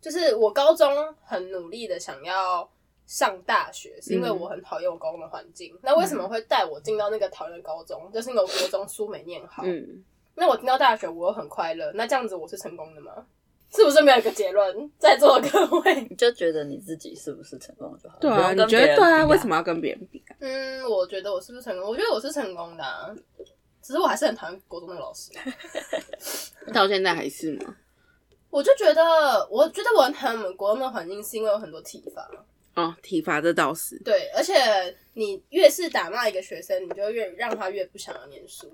Speaker 2: 就是我高中很努力的想要上大学，是因为我很讨厌我高中的环境。那为什么会带我进到那个讨厌的高中？就是因为我国中书没念好。
Speaker 1: 嗯，
Speaker 2: 那我进到大学，我又很快乐。那这样子我是成功的吗？是不是没有一个结论？在座的各位，
Speaker 5: 你就觉得你自己是不是成功就好了，
Speaker 1: 对
Speaker 5: 不
Speaker 1: 啊，
Speaker 5: 用
Speaker 1: 你
Speaker 5: 跟
Speaker 1: 觉
Speaker 5: 别
Speaker 1: 得
Speaker 5: 人
Speaker 1: 对
Speaker 5: 比
Speaker 1: 啊？为什？么要跟别人比啊？
Speaker 2: <laughs> 嗯，我觉得我是不是成功？我觉得我是成功的、啊，只是我还是很讨厌国中那个老师。
Speaker 1: 到现在还是吗？
Speaker 2: 我就觉得，我觉得我很讨厌我们国中的环境，是因为有很多体罚。
Speaker 1: 哦，体罚这倒是，
Speaker 2: 对，而且你越是打骂一个学生，你就越让他越不想要念书。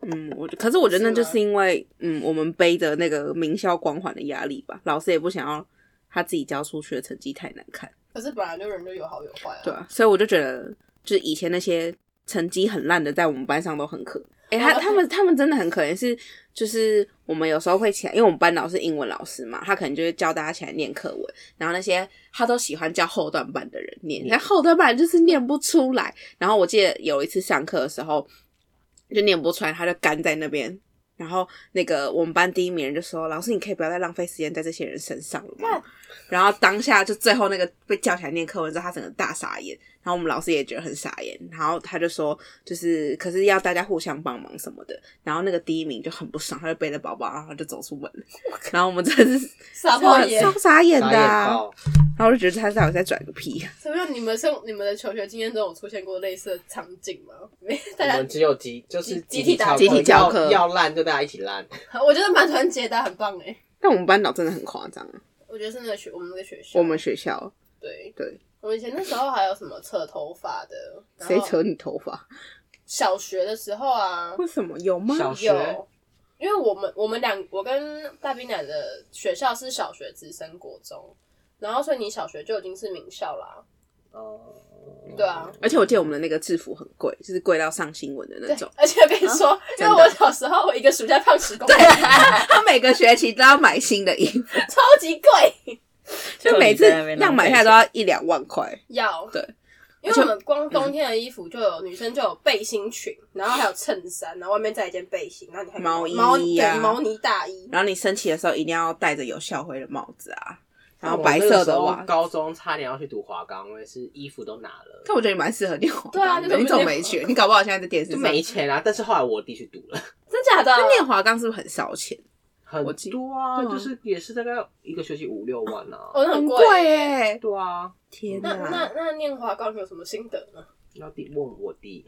Speaker 1: 嗯，我可是我觉得那就是是因为，嗯，我们背着那个名校光环的压力吧，老师也不想要他自己教出去的成绩太难看，
Speaker 2: 可是本来就人就有好有坏啊。
Speaker 1: 对啊，所以我就觉得，就是以前那些成绩很烂的，在我们班上都很可，诶、哎他他们他们真的很可怜，是就是我们有时候会起来，因为我们班老师英文老师嘛，他可能就会教大家起来念课文，然后那些他都喜欢叫后段班的人念，但后段班就是念不出来。然后我记得有一次上课的时候，就念不出来，他就干在那边。然后那个我们班第一名人就说：“老师，你可以不要再浪费时间在这些人身上了吗？”然后当下就最后那个被叫起来念课文之后，他整个大傻眼。然后我们老师也觉得很傻眼，然后他就说：“就是可是要大家互相帮忙什么的。”然后那个第一名就很不爽，他就背着包包，然后就走出门了。然后我们真的是啊
Speaker 2: 傻爆眼！ <laughs>
Speaker 1: 超傻眼的、
Speaker 4: 打眼
Speaker 1: 啊。
Speaker 4: 爆，
Speaker 1: 然后我就觉得他到底在转个屁、啊。
Speaker 2: 怎么样？你们生你们的求学经验中有出现过类似的场景吗？ <laughs> 没，大
Speaker 4: 我
Speaker 2: 家
Speaker 4: 们只有集就是
Speaker 2: 集体
Speaker 4: 体
Speaker 2: 打
Speaker 1: 集体教课
Speaker 4: 要要烂就大家一起烂。
Speaker 2: 我觉得蛮团结的，很棒哎。
Speaker 1: 但我们班导真的很夸张啊，
Speaker 2: 我觉得是那个学我们那个学校，
Speaker 1: 我们学校
Speaker 2: 对
Speaker 1: 对，
Speaker 2: 我们以前那时候还有什么扯头发的，然后
Speaker 1: 谁扯你头发？
Speaker 2: 小学的时候啊，
Speaker 1: 为什么有吗？
Speaker 4: 小学
Speaker 2: 有，因为我们我们两我跟大冰奶的学校是小学直升国中，然后所以你小学就已经是名校啦，
Speaker 4: 哦，
Speaker 2: 对啊。
Speaker 1: 而且我记得我们的那个制服很贵，就是贵到上新闻的那
Speaker 2: 对
Speaker 1: 种，。啊
Speaker 2: 而且我跟你说，因为
Speaker 1: 真的
Speaker 2: 我小时候我一个暑假胖十公斤，
Speaker 1: 他每个学期都要买新的衣服，
Speaker 2: <laughs> 超级贵。
Speaker 1: 就每次
Speaker 5: 就你在那边
Speaker 1: 要买下来都要一两万块。
Speaker 2: 要
Speaker 1: 对，嗯
Speaker 2: 因为我们光冬天的衣服就有女生就有背心裙，然后还有衬衫，然后外面再一件背心，然后你还有
Speaker 1: 毛衣
Speaker 2: 毛对
Speaker 1: 啊
Speaker 2: 毛呢大衣，
Speaker 1: 然后你升旗的时候一定要戴着有校徽的帽子啊，然后
Speaker 4: 我
Speaker 1: 白
Speaker 4: 那个
Speaker 1: 色
Speaker 4: 时
Speaker 1: 的
Speaker 4: 候
Speaker 1: 袜。
Speaker 4: 高中差点要去读华冈，我也是衣服都拿了，
Speaker 1: 但我觉得你蛮适合念华
Speaker 2: 对啊
Speaker 1: 冈的，
Speaker 2: 就是
Speaker 1: 你怎么
Speaker 2: 我们
Speaker 1: 没去？你搞不好现在在电视
Speaker 4: 就
Speaker 1: 上。
Speaker 4: 没钱啊。但是后来我弟去读了，
Speaker 2: 真假的？
Speaker 1: 那念华冈是不是很烧钱？
Speaker 4: 很
Speaker 1: 我记
Speaker 4: 多啊，
Speaker 1: 对啊
Speaker 4: 就是也是大概一个学期五六万啊。
Speaker 2: 哦，那
Speaker 1: 很
Speaker 2: 贵
Speaker 1: 贵
Speaker 2: 耶。
Speaker 1: 哎、
Speaker 4: 对啊，
Speaker 1: 天
Speaker 2: 那那
Speaker 1: 哪！
Speaker 2: 那念华高有什么心得呢？
Speaker 4: 要弟问我
Speaker 2: <laughs>
Speaker 4: 弟，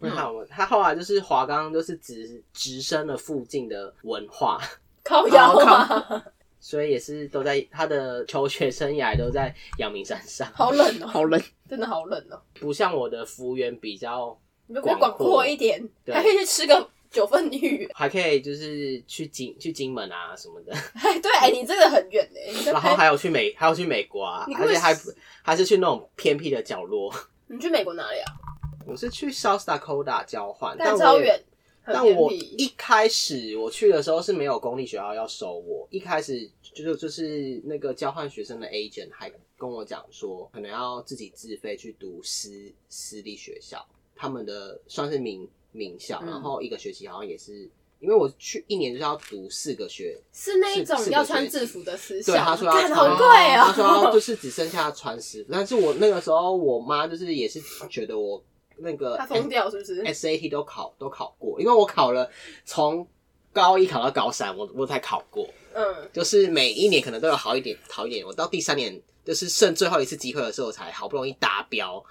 Speaker 4: 那我他后来就是华冈，就是直直升了附近的文化，
Speaker 1: 哦
Speaker 2: 靠腰啊，
Speaker 4: 所以也是都在他的求学生涯都在阳明山上，
Speaker 2: <laughs> 好冷哦、
Speaker 1: 好冷，
Speaker 2: 真的好冷哦、
Speaker 4: 不像我的服务员比较
Speaker 2: 你们不要广阔一点，
Speaker 4: 对
Speaker 2: 还可以去吃个九份芋圆。
Speaker 4: 还可以就是去金去金门啊什么的，
Speaker 2: <laughs> 哎，对，哎，你这个很远
Speaker 1: <laughs>
Speaker 2: 哎、你在
Speaker 4: 然后
Speaker 2: 拍，
Speaker 4: 还有去美还有去美国啊
Speaker 2: 你，根
Speaker 4: 而
Speaker 2: 本
Speaker 4: 且还
Speaker 2: 是
Speaker 4: 还是去那种偏僻的角落。
Speaker 2: 你去美国哪里啊？我
Speaker 4: 我是去 South Dakota 交换，但
Speaker 2: 但
Speaker 4: 我
Speaker 2: 超
Speaker 4: 也
Speaker 2: 远，很
Speaker 4: 但
Speaker 2: 偏
Speaker 4: 我
Speaker 2: 僻。
Speaker 4: 一开始我去的时候是没有公立学校要收我，一开始就是就是那个交换学生的 agent 还跟我讲说，可能要自己自费去读私私立学校，他们的算是名名校，
Speaker 1: 嗯
Speaker 4: 然后一个学期好像也是，因为我去一年就是要读四
Speaker 2: <laughs>
Speaker 4: 个学，
Speaker 2: 是那一种
Speaker 4: 是
Speaker 2: 要穿制服的私校，
Speaker 4: 对他说要
Speaker 2: 干
Speaker 4: 穿，
Speaker 2: 好贵哦、
Speaker 4: 他说要就是只剩下穿十，但是我那个时候我妈就是也是觉得我那个
Speaker 2: 他疯掉是不是？
Speaker 4: SAT 都考都考过，因为我考了从高一考到高三，我我才考过，
Speaker 2: 嗯，
Speaker 4: 就是每一年可能都有好一点好一点，我到第三年就是剩最后一次机会的时候，我才好不容易达标。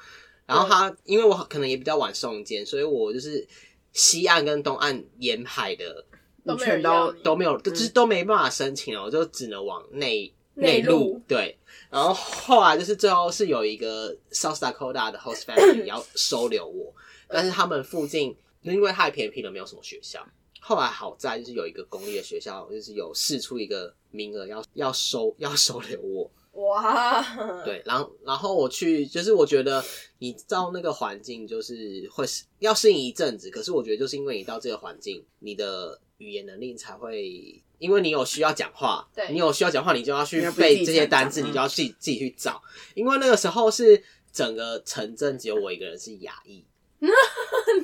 Speaker 4: 然后他因为我可能也比较晚送监，所以我就是西岸跟东岸沿海的
Speaker 1: 你
Speaker 2: 都没有人
Speaker 1: 全
Speaker 2: 要
Speaker 1: 都
Speaker 2: 你
Speaker 4: 都没有，就是都没办法申请了，我就只能往内
Speaker 2: 内陆
Speaker 4: 陆对。然后后来就是最后是有一个 South Dakota 的 host family 要收留我，但是他们附近因为太偏僻了，没有什么学校。后来好在就是有一个公立的学校，就是有试出一个名额要要收要收留我，
Speaker 2: 哇，，
Speaker 4: 对，然后然后我去，就是我觉得你到那个环境，就是会适要适应一阵子。可是我觉得，就是因为你到这个环境，你的语言能力才会，因为你有需要讲话，
Speaker 2: 对
Speaker 4: 你有需要讲话，你就要去
Speaker 1: 你要自己
Speaker 4: 背这些
Speaker 1: 成
Speaker 4: 单
Speaker 1: 长
Speaker 4: 字，
Speaker 1: 嗯
Speaker 4: 你就要自己自己去找。因为那个时候是整个城镇只有我一个人是亚
Speaker 2: <laughs>
Speaker 4: 裔，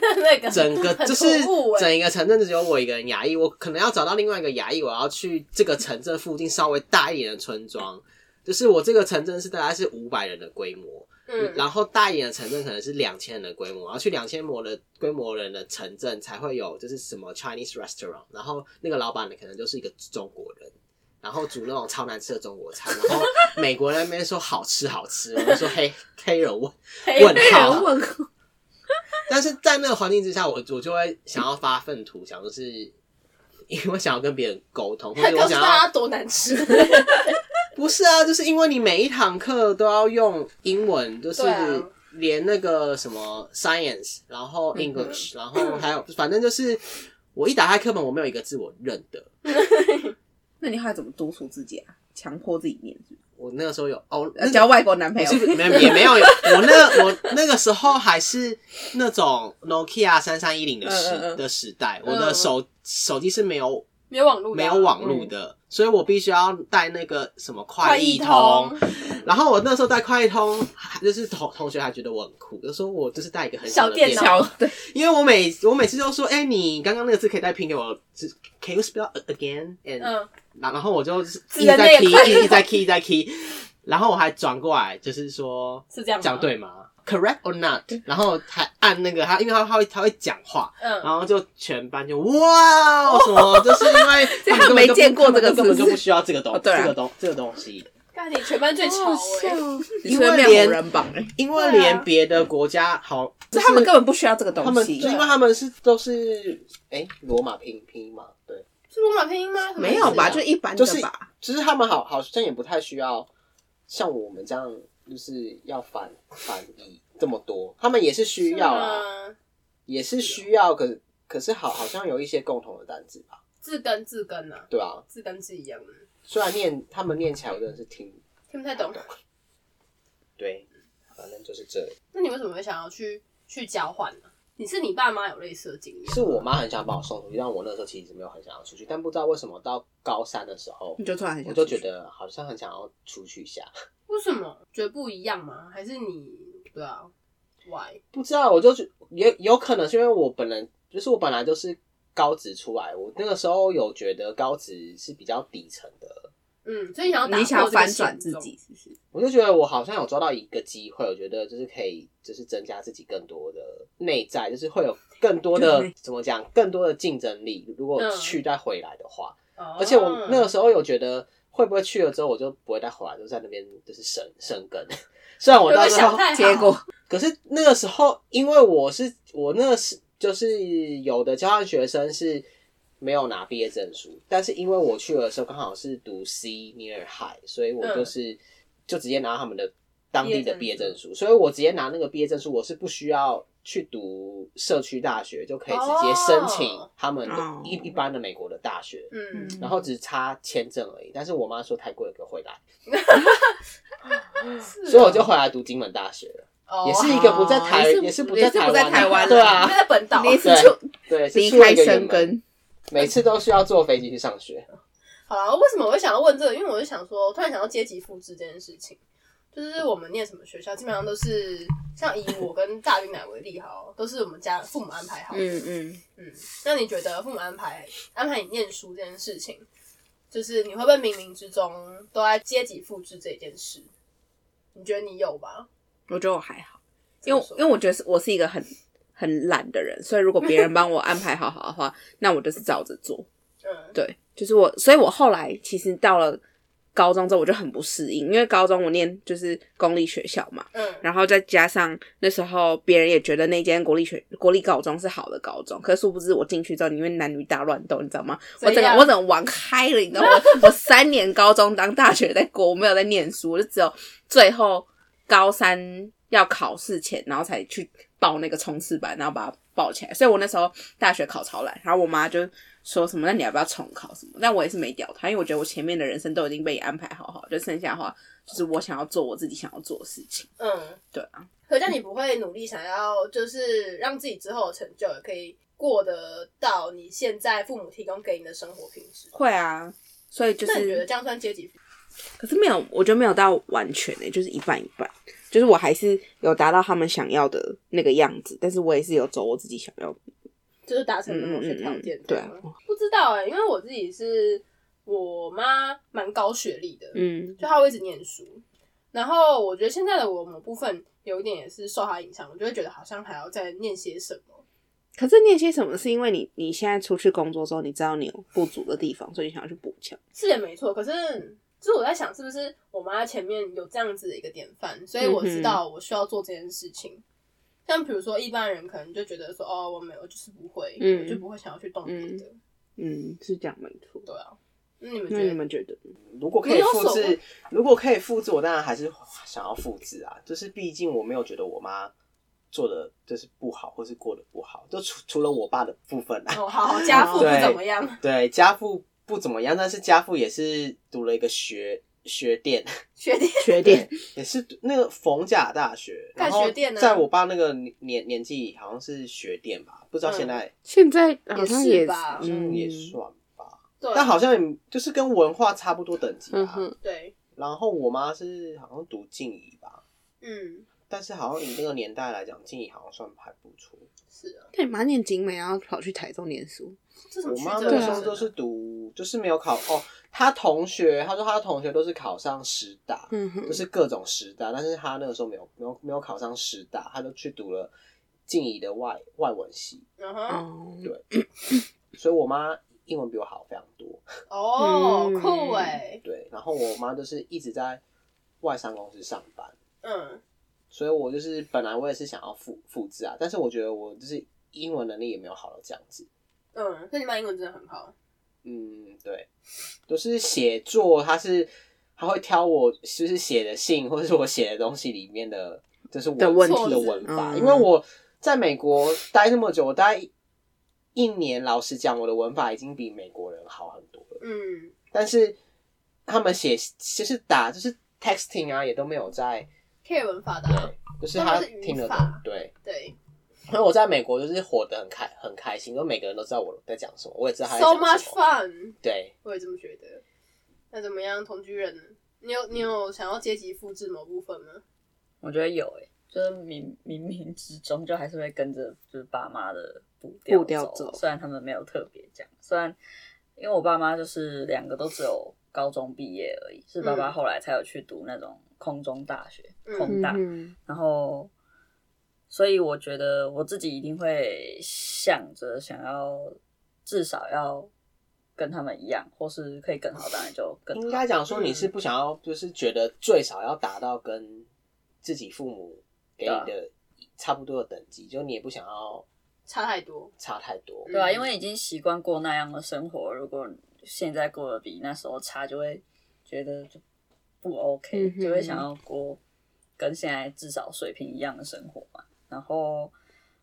Speaker 2: 那那个
Speaker 4: 整个
Speaker 2: 很
Speaker 4: 就是
Speaker 2: 突兀哎、
Speaker 4: 整一个城镇只有我一个人牙医，我可能要找到另外一个牙医，我要去这个城镇附近稍微大一点的村庄。就是我这个城镇是大概是五百人的规模，
Speaker 2: 嗯，
Speaker 4: 然后大一点的城镇可能是两千人的规模，然后去两千模的规模人的城镇才会有就是什么 Chinese restaurant，然后那个老板呢可能就是一个中国人，然后煮那种超难吃的中国菜，然后美国人那边说好吃好吃，我就说黑黑人问问号，
Speaker 1: 问
Speaker 4: 但是在那个环境之下，我我就会想要发愤图强，就是因为我想要跟别人沟通，或
Speaker 2: 还
Speaker 4: 者我
Speaker 2: 告诉
Speaker 4: 想
Speaker 2: 大
Speaker 4: 要
Speaker 2: 家多难
Speaker 4: <laughs>
Speaker 2: 吃，
Speaker 4: 不是啊，就是因为你每一堂课都要用英文，就是
Speaker 2: 对啊
Speaker 4: 连那个什么 science，然后 English，、然后还有反正就是我一打开课本，我没有一个字我认得。
Speaker 1: <laughs> 那你后来怎么督促自己啊？强迫自己念是不
Speaker 4: 我那个时候有哦，
Speaker 1: 是，
Speaker 4: 那
Speaker 1: 呃交外国男朋
Speaker 4: 不
Speaker 1: 友
Speaker 4: 是不是没有也没有，我那我那个时候还是那种 Nokia 三三一零的
Speaker 1: 嗯
Speaker 4: 时
Speaker 1: 嗯嗯
Speaker 4: 的时代，我的手手机是没有
Speaker 2: 没有网路的
Speaker 4: 没
Speaker 2: 啊，
Speaker 4: 有网络的，所以我必须要带那个什么
Speaker 2: 快
Speaker 4: 快
Speaker 2: 易
Speaker 4: 易
Speaker 2: 通
Speaker 4: 通。，然后我那时候带快易通，还就是同同学还觉得我很酷，就说我就是带一个很
Speaker 2: 小
Speaker 4: 的
Speaker 2: 电
Speaker 4: 电
Speaker 2: 脑
Speaker 4: 脑，
Speaker 1: 小对，
Speaker 4: 因为我每我每次都说，哎、你刚刚那个字可以再拼给我只，Can you spell again？And
Speaker 2: 嗯，
Speaker 4: 然然后我就一直
Speaker 2: 在那
Speaker 4: 在
Speaker 2: 个
Speaker 4: key，
Speaker 2: 快
Speaker 4: 一直在 key，一直在 key，然后我还转过来，就是说
Speaker 2: 是这样吗
Speaker 4: 讲，对吗？Correct or not？然后还按那个他，因为他他会他会讲话，
Speaker 2: 嗯，
Speaker 4: 然后就全班就哇哦什么，就是因为
Speaker 1: <laughs> 这
Speaker 4: 们
Speaker 1: 他
Speaker 4: 根本就
Speaker 1: 没
Speaker 4: 不
Speaker 1: 见过这个
Speaker 4: 他们根本
Speaker 1: 字
Speaker 4: 就不需要这个东
Speaker 1: 哦对啊
Speaker 4: 这个东这个东西，
Speaker 2: 看你全班最潮 <laughs> 哎，
Speaker 1: 你是不是变红人榜哎，
Speaker 4: 因
Speaker 2: 对啊
Speaker 4: 为连别的国家好，
Speaker 1: 是
Speaker 4: 就
Speaker 1: 他们根本不需要这个东
Speaker 4: 他们啊就
Speaker 1: 西，
Speaker 4: 因为他们是都是哎罗马拼拼音嘛，对，
Speaker 2: 是罗马拼音吗？
Speaker 1: 没有吧？
Speaker 4: 是
Speaker 1: 就
Speaker 4: 啊
Speaker 1: 一般
Speaker 4: 就
Speaker 1: 的
Speaker 4: 是
Speaker 1: 吧。
Speaker 4: 其实他们好好像也不太需要像我们这样，就是要翻翻译这么多，他们也是需要啦，
Speaker 2: 啊，
Speaker 4: 也是需要，可可是好好像有一些共同的单字吧，
Speaker 2: 字根字根啊，
Speaker 4: 对啊，
Speaker 2: 字根字一样的，
Speaker 4: 虽然念他们念起来我真的是听
Speaker 2: 听不太懂。
Speaker 4: 对，反正就是这样。
Speaker 2: 那你为什么会想要去去交换呢？你是你爸妈有类似的经验？
Speaker 4: 是我妈很想把我送出去，但我那时候其实没有很想要出去，但不知道为什么到高三的时候
Speaker 1: 你，就突然很想
Speaker 4: 我就觉得好像很想要出去一下，
Speaker 2: 为什么觉得不一样吗？还是你对啊？Why？
Speaker 4: 不知道，我就觉也有可能是因为我本人就是我本来就是高职出来，我那个时候有觉得高职是比较底层的，
Speaker 2: 嗯，所以你想要打
Speaker 1: 你想要
Speaker 2: 破这个
Speaker 1: 反转
Speaker 2: 现
Speaker 1: 自
Speaker 2: 状
Speaker 1: 己，，是不是？
Speaker 4: 我就觉得我好像有抓到一个机会，我觉得就是可以就是增加自己更多的内在，就是会有更多的
Speaker 1: 对
Speaker 4: 怎么讲，更多的竞争力。如果
Speaker 2: 嗯
Speaker 4: 去再回来的话，
Speaker 2: 哦
Speaker 4: 而且我那个时候有觉得，会不会去了之后我就不会再回来，就在那边就是生生根。 <laughs> 虽然我
Speaker 2: 会不
Speaker 4: 到
Speaker 2: 会
Speaker 4: 时候
Speaker 2: 想太好
Speaker 1: 结果
Speaker 4: 可是那个时候，因为我是我那个是就是有的交换学生是没有拿毕业证书，但是因为我去的时候刚好是读 C near high，所以我
Speaker 2: 嗯
Speaker 4: 就是、就直接拿他们的当地的毕业证书，所以我直接拿那个毕业证书，我是不需要去读社区大学就可以直接申请
Speaker 2: 哦
Speaker 4: 他们的
Speaker 1: 哦
Speaker 4: 一、一般的美国的大学。
Speaker 2: 嗯，
Speaker 4: 然后只差签证而已，但是我妈说太贵了，给我回来，
Speaker 2: <laughs>
Speaker 4: <laughs>
Speaker 2: 是哦
Speaker 4: 所以我就回来读金门大学了，
Speaker 2: 哦
Speaker 4: 也是一个不在台，
Speaker 1: 也是
Speaker 4: 也是不
Speaker 1: 也是不在
Speaker 4: 台
Speaker 1: 台湾
Speaker 4: 的对
Speaker 2: 你
Speaker 4: 啊
Speaker 2: 们，在本岛，
Speaker 1: 你是
Speaker 4: 对
Speaker 1: 就
Speaker 4: 对，是
Speaker 1: 离
Speaker 4: 出了
Speaker 1: 开
Speaker 4: 一个圆
Speaker 1: 生
Speaker 4: 门，
Speaker 1: 根，
Speaker 4: 每次都需要坐飞机去上学。
Speaker 2: 好啦，为什么我会想要问这个？因为我就想说，我突然想到阶级复制这件事情，就是我们念什么学校，基本上都是像以我跟大兵奶为例，好，都是我们家父母安排好的。
Speaker 1: 嗯嗯，
Speaker 2: 嗯，那你觉得父母安排安排你念书这件事情，就是你会不会冥冥之中都在阶级复制这件事？你觉得你有吧？
Speaker 1: 我觉得我还好，因为
Speaker 2: 怎么说
Speaker 1: 因为我觉得是我是一个很很懒的人，所以如果别人帮我安排好好的话， <laughs> 那我就是照着做。
Speaker 2: 嗯，
Speaker 1: 对，就是我，所以我后来其实到了高中之后，我就很不适应，因为高中我念就是公立学校嘛，
Speaker 2: 嗯，
Speaker 1: 然后再加上那时候别人也觉得那间国立学国立高中是好的高中，可是殊不知我进去之后，里面男女大乱斗，你知道吗？我整
Speaker 2: 怎
Speaker 1: 个
Speaker 2: 样
Speaker 1: 我整个玩开了，你知道吗？ <laughs> 我我三年高中当大学在过，我没有在念书，我就只有最后高三要考试前，然后才去报那个冲刺班，然后把它报起来。所以我那时候大学考超烂，然后我妈就说什么：“那你要不要重考什么？”但我也是没屌她，因为我觉得我前面的人生都已经被安排好好，就剩下的话就是我想要做我自己想要做的事情。
Speaker 2: 嗯，
Speaker 1: 对啊，
Speaker 2: 可这样你不会努力想要，就是让自己之后的成就也可以过得到你现在父母提供给你的生活品质。
Speaker 1: 会啊，所以就
Speaker 2: 那你觉
Speaker 1: 是
Speaker 2: 得这样算阶级复制？
Speaker 1: 可是没有，我觉得没有到完全诶、就是一半一半。就是我还是有达到他们想要的那个样子，但是我也是有走我自己想要的。
Speaker 2: 就是达成了某些条
Speaker 1: 嗯
Speaker 2: 件、
Speaker 1: 嗯嗯对啊，
Speaker 2: 不知道哎、因为我自己是我妈蛮高学历的，
Speaker 1: 嗯，
Speaker 2: 就她会一直念书。然后我觉得现在的我某部分有一点也是受她影响，我就会觉得好像还要再念些什么。
Speaker 1: 可是你有些什么是因为你你现在出去工作之后，你知道你有不足的地方，所以你想要去补强。
Speaker 2: 是也没错，可是就是我在想，是不是我妈前面有这样子的一个典范，所以我
Speaker 1: 嗯
Speaker 2: 知道我需要做这件事情。像比如说一般人可能就觉得说，哦，我没有，就是不会，
Speaker 1: 嗯
Speaker 2: 我就不会想要去动别的。
Speaker 1: 嗯，是这样没错。
Speaker 2: 对啊，那你们
Speaker 1: 那
Speaker 2: 觉
Speaker 1: 你
Speaker 2: 得？
Speaker 1: 们觉得？
Speaker 4: 如果可以复
Speaker 2: 没有
Speaker 4: 制，如果可以复制，我当然还是想要复制啊。就是毕竟我没有觉得我妈做的就是不好，或是过得不好，就除除了我爸的部分 <laughs> 啊。
Speaker 2: 哦，好好，家父不
Speaker 4: 对
Speaker 2: 怎么样，
Speaker 4: 对，家父不怎么样，但是家父也是读了一个学学店， <laughs>
Speaker 2: 学弟
Speaker 1: 缺点？
Speaker 4: 也是读那个逢甲大学。
Speaker 2: 干
Speaker 4: 然后
Speaker 2: 学店啊
Speaker 4: 在我爸那个年年年纪，好像是学店吧，不知道现在
Speaker 1: 现在好像
Speaker 2: 也是
Speaker 1: 也
Speaker 2: 吧好
Speaker 4: 嗯
Speaker 1: 嗯
Speaker 4: 也算吧，
Speaker 2: 对，
Speaker 4: 但好像也就是跟文化差不多等级
Speaker 1: 嗯
Speaker 4: 啊。
Speaker 1: 哼，
Speaker 2: 对，
Speaker 4: 然后我妈是好像读静怡吧，
Speaker 2: 嗯，
Speaker 4: 但是好像以那个年代来讲，静怡好像算还不错。
Speaker 2: 是啊，
Speaker 1: 对，蛮念景美，然后跑去台中念书，
Speaker 2: 这什么
Speaker 4: 我
Speaker 2: 曲
Speaker 4: 妈
Speaker 2: 折的
Speaker 4: 那个
Speaker 1: 对
Speaker 4: 时
Speaker 1: 啊
Speaker 4: 候都是读，就是没有考哦。她同学，她说她的同学都是考上师大，
Speaker 1: 嗯哼
Speaker 4: 就，是各种师大，但是她那个时候没有没有没有考上师大，她就去读了静怡的外外文系，
Speaker 2: 嗯哼，
Speaker 1: 哦，
Speaker 4: 对所以我妈英文比我好非常多。
Speaker 2: 哦，
Speaker 1: 嗯
Speaker 2: 酷哎，
Speaker 4: 对，然后我妈就是一直在外商公司上班，
Speaker 2: 嗯，
Speaker 4: 所以我就是本来我也是想要复复制啊，但是我觉得我就是英文能力也没有好到这样子。
Speaker 2: 嗯，所以你妈英文真的很好，
Speaker 4: 嗯，对，就是写作，他是他会挑我就是写的信或者是我写的东西里面的，就是我
Speaker 1: 的问
Speaker 2: 题
Speaker 4: 的文法，
Speaker 1: 嗯
Speaker 4: 因为我在美国待那么久，我待一年，老实讲，我的文法已经比美国人好很多了，
Speaker 2: 嗯，
Speaker 4: 但是他们写就是打就是 texting 啊，也都没有在，
Speaker 2: ，K 文法的
Speaker 4: 对
Speaker 1: 嗯
Speaker 2: 啊，，
Speaker 4: 就是
Speaker 2: 他
Speaker 4: 他
Speaker 2: 们是语
Speaker 4: 听得懂
Speaker 2: 法，
Speaker 4: 对。
Speaker 2: 对
Speaker 4: 因为我在美国就是活得很开很开心，因为每个人都知道我在讲什么，我也知道他在
Speaker 2: ，so
Speaker 4: 讲什么。
Speaker 2: much fun，
Speaker 4: 对，
Speaker 2: 我也这么觉得。那怎么样，同居人呢？你有你有想要阶级复制某部分吗？
Speaker 5: 我觉得有诶、就是冥冥冥之中就还是会跟着就是爸妈的步
Speaker 1: 步调
Speaker 5: 调
Speaker 1: 走
Speaker 5: 虽然他们没有特别讲，虽然因为我爸妈就是两个都只有高中毕业而已，是爸爸
Speaker 2: 嗯
Speaker 5: 后来才有去读那种空中大学，
Speaker 2: 嗯
Speaker 5: 空
Speaker 1: 嗯
Speaker 5: 大，
Speaker 1: 哼，
Speaker 5: 然后，所以我觉得我自己一定会想着想要至少要跟他们一样，或是可以更好，当然就更
Speaker 4: 应
Speaker 5: 好。
Speaker 4: 该讲说你是不想要，就是觉得最少要达到跟自己父母给你
Speaker 2: 啊
Speaker 4: 的差不多的等级，就你也不想要
Speaker 2: 差太多，
Speaker 4: 差太多。
Speaker 5: 对啊，
Speaker 2: 嗯
Speaker 5: 因为已经习惯过那样的生活，如果现在过得比那时候差，就会觉得就不 OK，、
Speaker 1: 嗯哼
Speaker 5: 就会想要过跟现在至少水平一样的生活嘛。然后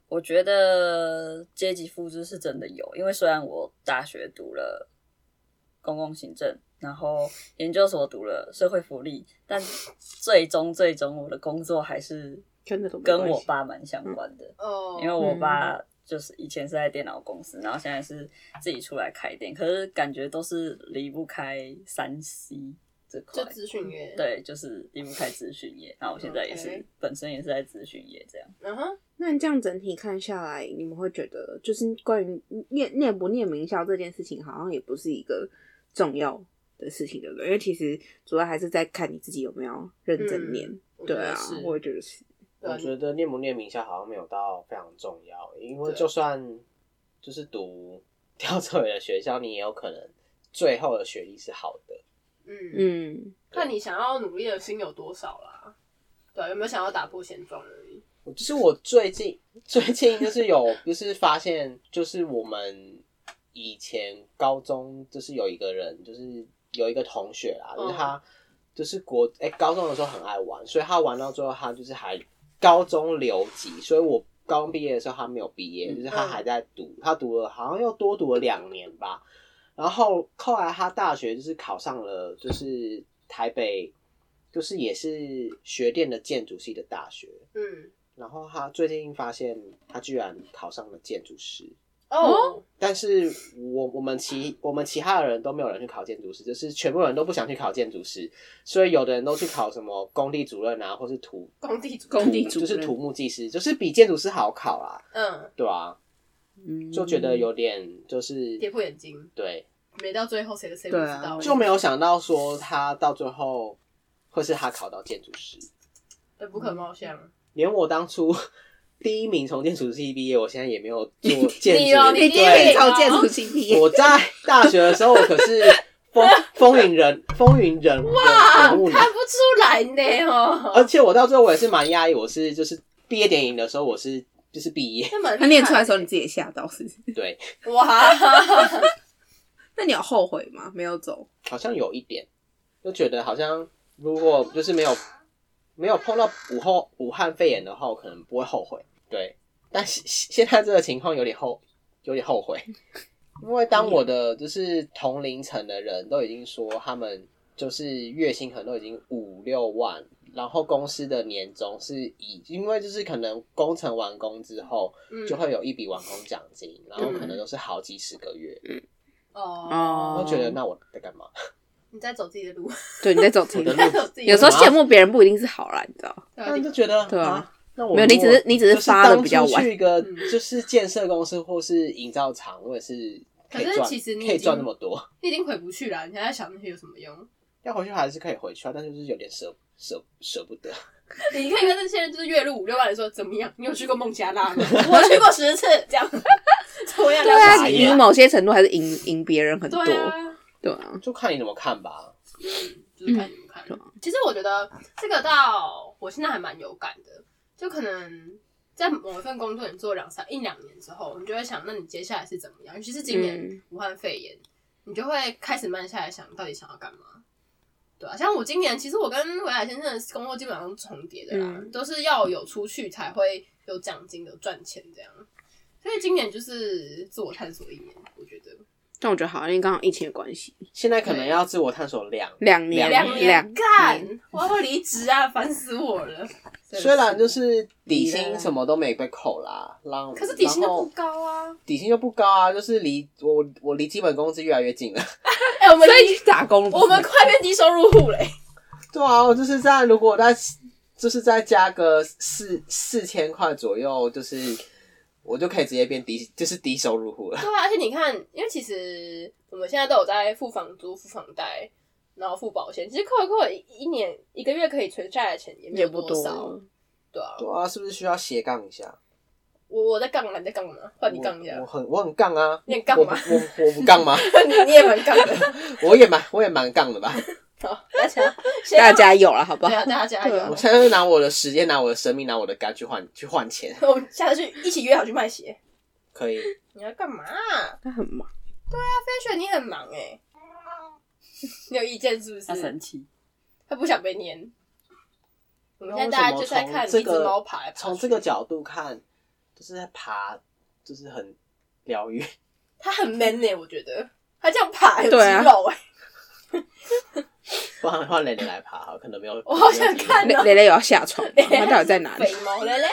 Speaker 5: 我觉得阶级复制是真的有，因为虽然我大学读了公共行政，然后研究所读了社会福利，但最终最终我的工作还是
Speaker 1: 跟那种没
Speaker 5: 跟
Speaker 1: 关
Speaker 5: 我
Speaker 1: 系
Speaker 5: 爸蛮相关的。
Speaker 2: 哦，
Speaker 5: 因为我爸就是以前是在电脑公司，然后现在是自己出来开店，可是感觉都是离不开三 C 这块
Speaker 2: 就，资讯业，，
Speaker 5: 对，就是离不开资讯业。那我现在也是
Speaker 2: OK
Speaker 5: 本身也是在资讯业这样，
Speaker 2: 嗯哼，
Speaker 1: 那你这样整体看下来，你们会觉得就是关于念念不念名校这件事情，好像也不是一个重要的事情，对不对？因为其实主要还是在看你自己有没有认真念。
Speaker 2: 嗯我觉
Speaker 1: 对
Speaker 2: 得
Speaker 1: 啊
Speaker 2: 是，
Speaker 1: 我也觉得是。
Speaker 4: 我
Speaker 2: 对啊
Speaker 4: 觉得念不念名校好像没有到非常重要，因为
Speaker 2: 对
Speaker 4: 就算就是读 <laughs> 吊车尾的学校，你也有可能最后的学历是好的。
Speaker 2: 嗯，
Speaker 1: 嗯，
Speaker 2: 看你想要努力的心有多少啦，对，有没有想要打破现状而已，
Speaker 4: 我就是我最近最近就是有就是发现，就是我们以前高中就是有一个人，就是有一个同学啦，
Speaker 2: 嗯
Speaker 4: 就是他就是国哎、高中的时候很爱玩，所以他玩到最后他就是还高中留级，所以我高中毕业的时候他没有毕业，
Speaker 5: 嗯
Speaker 4: 就是他还在读，他读了好像又多读了两年吧，然后后来他大学就是考上了，就是台北。就是也是学电的建筑系的大学，
Speaker 2: 嗯，
Speaker 4: 然后他最近发现他居然考上了建筑师，
Speaker 2: 哦，
Speaker 4: 但是我我们其我们其他的人都没有人去考建筑师，就是全部人都不想去考建筑师，所以有的人都去考什么工地主任啊，或是土
Speaker 2: 工地主，
Speaker 1: 工地主
Speaker 4: 就是
Speaker 1: 任
Speaker 4: 土木技师，就是比建筑师好考啦，
Speaker 2: 嗯，
Speaker 4: 对啊，
Speaker 1: 嗯
Speaker 4: 就觉得有点就是
Speaker 2: 跌破眼镜，
Speaker 4: 对，
Speaker 2: 没到最后谁谁不
Speaker 1: 对
Speaker 2: 知
Speaker 1: 啊
Speaker 2: 道，
Speaker 4: 就没有想到说他到最后会是他考到建筑师，
Speaker 2: 对不可貌相，
Speaker 4: 连我当初 <laughs> 第一名从建筑系毕业，我现在也没有做建筑。
Speaker 6: 你哦
Speaker 1: <laughs> 你
Speaker 6: 你
Speaker 1: 第一名
Speaker 4: 对，
Speaker 2: 啊
Speaker 1: 从建筑系毕业，
Speaker 4: <laughs> 我在大学的时候我可是
Speaker 6: <laughs>
Speaker 4: 风风云人，风云人哇人物
Speaker 2: 啊
Speaker 4: 呢
Speaker 6: 看不出来呢哦，
Speaker 1: 呃
Speaker 4: 而且我到最后我也是蛮压抑，我是就是毕业典礼的时候我是就是毕业，
Speaker 6: 那蛮
Speaker 1: 他念出来的时候你自己也吓到是不是？
Speaker 4: 对，
Speaker 6: 哇，
Speaker 2: <laughs>
Speaker 1: 那你有后悔吗？没有走，
Speaker 4: 好像有一点，就觉得好像如果就是没有没有碰到武后武汉肺炎的话，我可能不会后悔。对，但现现在这个情况有点后有点后悔，因为当我的就是同龄层的人都已经说他们就是月薪可能都已经五六万，然后公司的年终是以因为就是可能工程完工之后
Speaker 6: 嗯
Speaker 4: 就会有一笔完工奖金，然后可能都是好几十个月，
Speaker 1: 哦
Speaker 4: 我就觉得那我在干嘛？
Speaker 6: 你在走自己的路，
Speaker 1: <laughs> 对，你在走自
Speaker 4: 我
Speaker 1: 己
Speaker 4: 的
Speaker 1: 的
Speaker 2: <laughs>
Speaker 4: 路
Speaker 1: 路。
Speaker 6: 自
Speaker 1: 有时候羡慕别人不一定是好啦，你知道？
Speaker 4: 那
Speaker 2: 嗯
Speaker 4: 就觉得
Speaker 1: 对啊，
Speaker 4: 那我
Speaker 1: 没有
Speaker 4: 如
Speaker 1: 你
Speaker 4: 果
Speaker 1: 只是你只是
Speaker 4: 就是
Speaker 1: 发的
Speaker 4: 当
Speaker 1: 比较
Speaker 4: 初
Speaker 1: 晚
Speaker 4: 去一个
Speaker 6: 嗯
Speaker 4: 就是建设公司或是营造厂，我也是可以
Speaker 2: 可是
Speaker 4: 赚，
Speaker 2: 其实你已
Speaker 4: 可以赚那
Speaker 2: 经
Speaker 4: 么多，
Speaker 2: 你已经回不去了，你还在想那些有什么用？
Speaker 4: 要回去还是可以回去啊，但是就是有点舍舍舍不得。
Speaker 2: 你可以跟那些人就是月入五六万的说怎么样？你有去过孟加拉吗？我去过十次，这样 <laughs> 怎么样？
Speaker 1: 对啊，
Speaker 4: 傻
Speaker 1: 你
Speaker 4: 眼
Speaker 1: 某些程度还是赢赢别人很多，
Speaker 2: 对啊，
Speaker 1: 对啊，
Speaker 4: 就看你怎么看吧。
Speaker 2: 就是看你们看。其实我觉得这个到我现在还蛮有感的，就可能在某一份工作你做两三一两年之后，你就会想，那你接下来是怎么样？尤其是今年
Speaker 1: 嗯
Speaker 2: 武汉肺炎，你就会开始慢下来想，到底想要干嘛。对啊，像我今年，其实我跟维海先生的工作基本上是重叠的啦，都是要有出去才会有奖金、有赚钱这样。所以今年就是自我探索一年，我觉得
Speaker 1: 但我觉得好像因为刚好疫情的关系，
Speaker 4: 现在可能要自我探索两，
Speaker 1: 两年
Speaker 4: 两
Speaker 1: 两
Speaker 2: 干
Speaker 1: 年，
Speaker 2: 我要离职啊，烦死我 <laughs> 了。
Speaker 4: 虽然就是底
Speaker 1: 你
Speaker 4: 薪
Speaker 1: 的
Speaker 4: 什么都没被扣啦，让
Speaker 2: 可是底薪
Speaker 4: 然
Speaker 2: 就
Speaker 4: 后
Speaker 2: 不高啊！
Speaker 4: 底薪就不高啊，就是离我我离基本工资越来越近了。
Speaker 2: 哎、我们
Speaker 1: 所以去打工了不是
Speaker 2: 我们快变低收入户嘞、
Speaker 4: 对啊，我就是在如果在就是再加个四四千块左右，就是我就可以直接变低，就是低收入户了。
Speaker 2: <laughs> 对啊，而且你看，因为其实我们现在都有在付房租、付房贷，然后付保险，其实扣一扣一一年一个月可以存下来的钱也没
Speaker 1: 也
Speaker 2: 有
Speaker 1: 不
Speaker 2: 多少。
Speaker 1: 多，
Speaker 2: 对啊，
Speaker 4: 对啊，是不是需要斜杠一下？
Speaker 2: 我我在杠啊嘛，你在杠嘛，哦换你杠一下
Speaker 4: 我我，很我很杠啊，
Speaker 2: 你很杠
Speaker 4: 我
Speaker 2: 吗
Speaker 4: 不我我不杠吗？ <laughs>
Speaker 2: 你你也蛮杠的。
Speaker 1: <laughs>
Speaker 4: 我也蛮我也蛮杠的吧。
Speaker 2: 好，大家先
Speaker 1: 大家加油了，好不
Speaker 2: 对
Speaker 1: 好
Speaker 2: 啊，？大家加
Speaker 1: 对
Speaker 2: 油
Speaker 1: 啊
Speaker 4: 我！现在就拿我的时间、拿我的生命、拿我的肝去换去换钱，
Speaker 2: <laughs> 我们下次去一起约好去卖鞋。
Speaker 4: 可以。
Speaker 2: 你要干嘛？啊
Speaker 1: 他很忙，
Speaker 2: 飞雪，你很忙哎、 <laughs> 你有意见是不
Speaker 5: 他
Speaker 2: 是？
Speaker 5: 生气，
Speaker 2: 他不想被粘。我们
Speaker 4: 那
Speaker 2: 现在
Speaker 4: 为
Speaker 2: 大家
Speaker 4: 什么
Speaker 2: 就在
Speaker 4: 从
Speaker 2: 看一
Speaker 4: 这
Speaker 2: 只
Speaker 4: 个
Speaker 2: 猫爬来爬去
Speaker 4: 从这个角度看，就是在爬，就是很疗愈。 <laughs>
Speaker 2: 他很 man 哎、我觉得他这样爬有肌
Speaker 1: 对啊
Speaker 2: 肉
Speaker 1: <laughs>
Speaker 2: 哎、
Speaker 4: 换换蕾蕾来爬好，可能没有。
Speaker 2: 我好想看
Speaker 4: 没有
Speaker 2: 哦
Speaker 1: 蕾蕾有要下
Speaker 2: <laughs>
Speaker 1: 床吗，
Speaker 2: 蕾
Speaker 1: 他到底在哪里？
Speaker 2: 肥猫嘞嘞。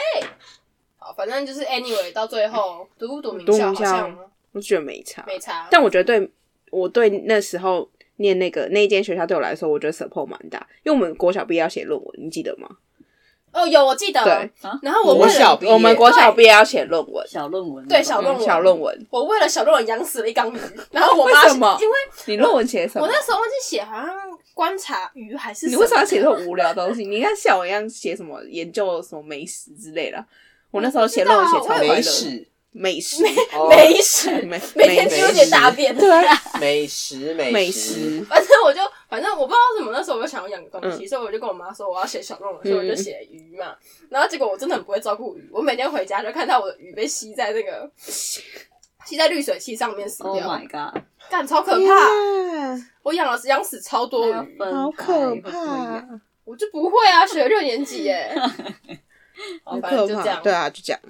Speaker 2: 好，反正就是 anyway，到最后读不读名
Speaker 1: 读
Speaker 2: 校
Speaker 1: 名
Speaker 2: 好
Speaker 1: 校
Speaker 2: 像
Speaker 1: 我觉得没差，
Speaker 2: 没差，
Speaker 1: 但我觉得对我对那时候念那个那一间学校对我来说，我觉得 support 蛮大，因为我们国小毕业要写论文，你记得吗？
Speaker 2: 哦有我记得
Speaker 1: 对，
Speaker 4: 啊
Speaker 2: 然后我为
Speaker 4: 国小
Speaker 2: 了
Speaker 4: 毕业
Speaker 1: 我们国小毕业要写论文，
Speaker 5: 小论文
Speaker 2: 对小论文
Speaker 1: 小论文，
Speaker 2: 我为了小论文养死了一缸鱼，然后我妈
Speaker 1: 为什么
Speaker 2: 因为
Speaker 1: 你论文写什么
Speaker 2: 我？那时候忘记写，好像观察鱼还是
Speaker 1: 你为什么要写这
Speaker 2: 论
Speaker 1: 种无聊的东西？你应该像我一样写什么研究什么美食之类的。我那时候写论文写超快乐
Speaker 4: 美
Speaker 1: 的，
Speaker 4: 屎，
Speaker 1: 美
Speaker 2: <laughs>
Speaker 1: 食
Speaker 4: 哦
Speaker 2: 没事，
Speaker 1: 美
Speaker 2: 每天
Speaker 1: 美
Speaker 2: 丢点大便。
Speaker 1: 对啊，
Speaker 4: <laughs> 美食美
Speaker 1: 美
Speaker 4: 食
Speaker 1: 食，
Speaker 2: 反正我就，反正我不知道为什么那时候我就想要养个东
Speaker 1: 嗯
Speaker 2: 西，所以我就跟我妈说我要写小论文，所以我就写鱼嘛。然后结果我真的很不会照顾鱼，我每天回家就看到我的鱼被吸在那个吸在滤水器上面死
Speaker 5: ，Oh
Speaker 2: 掉，
Speaker 5: my god，
Speaker 2: 干超可怕！我养了养死超多
Speaker 1: 嗯
Speaker 2: 鱼，
Speaker 5: 好
Speaker 1: 可怕，
Speaker 2: 我就不会啊，学六年级耶、
Speaker 1: <laughs>
Speaker 2: 好，
Speaker 1: 好
Speaker 2: 哦反正就
Speaker 1: 可
Speaker 2: 这
Speaker 1: 怕，
Speaker 2: 样。
Speaker 1: 对啊，就
Speaker 2: <laughs>
Speaker 1: 这样。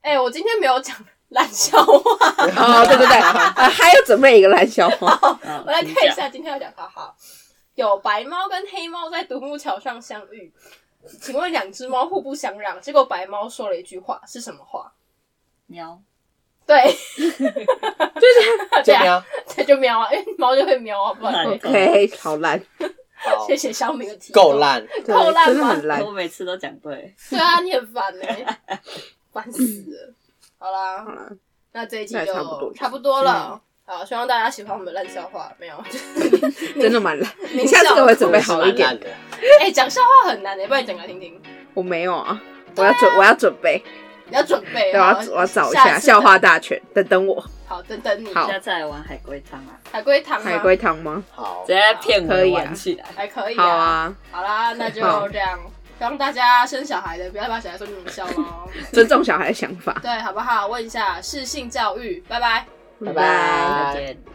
Speaker 2: 哎、我今天没有讲 <laughs> 烂笑话，
Speaker 1: 哦，对对对， <laughs> 啊，还要准备一个烂笑
Speaker 2: <laughs>
Speaker 1: 话。
Speaker 5: 嗯
Speaker 2: 哦我来看一下今天要讲哈哈。有白猫跟黑猫在独木桥上相遇，请问两只猫互不相让，结果白猫说了一句话是什么话？
Speaker 5: 喵，
Speaker 2: 对，
Speaker 4: 就
Speaker 2: <laughs> 对
Speaker 4: 这
Speaker 1: <laughs>
Speaker 2: 啊，
Speaker 4: 样。
Speaker 2: 它就喵啊，因为猫就会喵啊，不然会。
Speaker 1: OK，好
Speaker 2: <laughs>
Speaker 1: 烂，
Speaker 4: 好
Speaker 2: 谢谢小明的提
Speaker 4: 够
Speaker 2: 供。
Speaker 4: 烂，
Speaker 1: 对
Speaker 2: 够烂
Speaker 1: 真的
Speaker 2: 吗
Speaker 1: 很烂
Speaker 5: 我。每次都讲对，
Speaker 2: 对啊，你很烦呢、烦死了。好啦
Speaker 1: 好，了，
Speaker 2: 那这一集
Speaker 1: 那也
Speaker 2: 就
Speaker 1: 差不多嗯
Speaker 2: 差不多了。好，希望大家喜欢我们的烂笑话。没有，
Speaker 1: 真的蛮烂。
Speaker 2: 你
Speaker 1: 你下次给我准备好一
Speaker 4: 蛮
Speaker 1: 点
Speaker 4: 烂。的。
Speaker 2: 欸哎，讲、笑话很难呢、不然你讲来听听。
Speaker 1: 我没有啊，我要准，我要准备。
Speaker 2: 你要准备
Speaker 1: 对，我
Speaker 2: 好。
Speaker 1: 要我要找一
Speaker 2: 下
Speaker 1: 下
Speaker 2: 次
Speaker 1: 笑话大全，等等我。
Speaker 2: 好，等等你。
Speaker 1: 好
Speaker 5: 下次来玩海龟汤啊，
Speaker 2: 海龟汤吗
Speaker 1: 海龟汤吗？
Speaker 4: 好
Speaker 5: 直，接骗
Speaker 1: 可
Speaker 5: 我
Speaker 1: 以啊
Speaker 5: 玩起来。
Speaker 2: 还可以、
Speaker 1: 好。啊，
Speaker 2: 好啦，那就
Speaker 1: 好
Speaker 2: 这样，让大家生小孩的不要把小孩送进母校
Speaker 1: <laughs>
Speaker 2: 喽。
Speaker 1: 尊重小孩的想法。
Speaker 2: 对，好不好？问一下，是性教育，拜拜。
Speaker 4: 拜
Speaker 5: 再
Speaker 4: 拜。
Speaker 5: 见。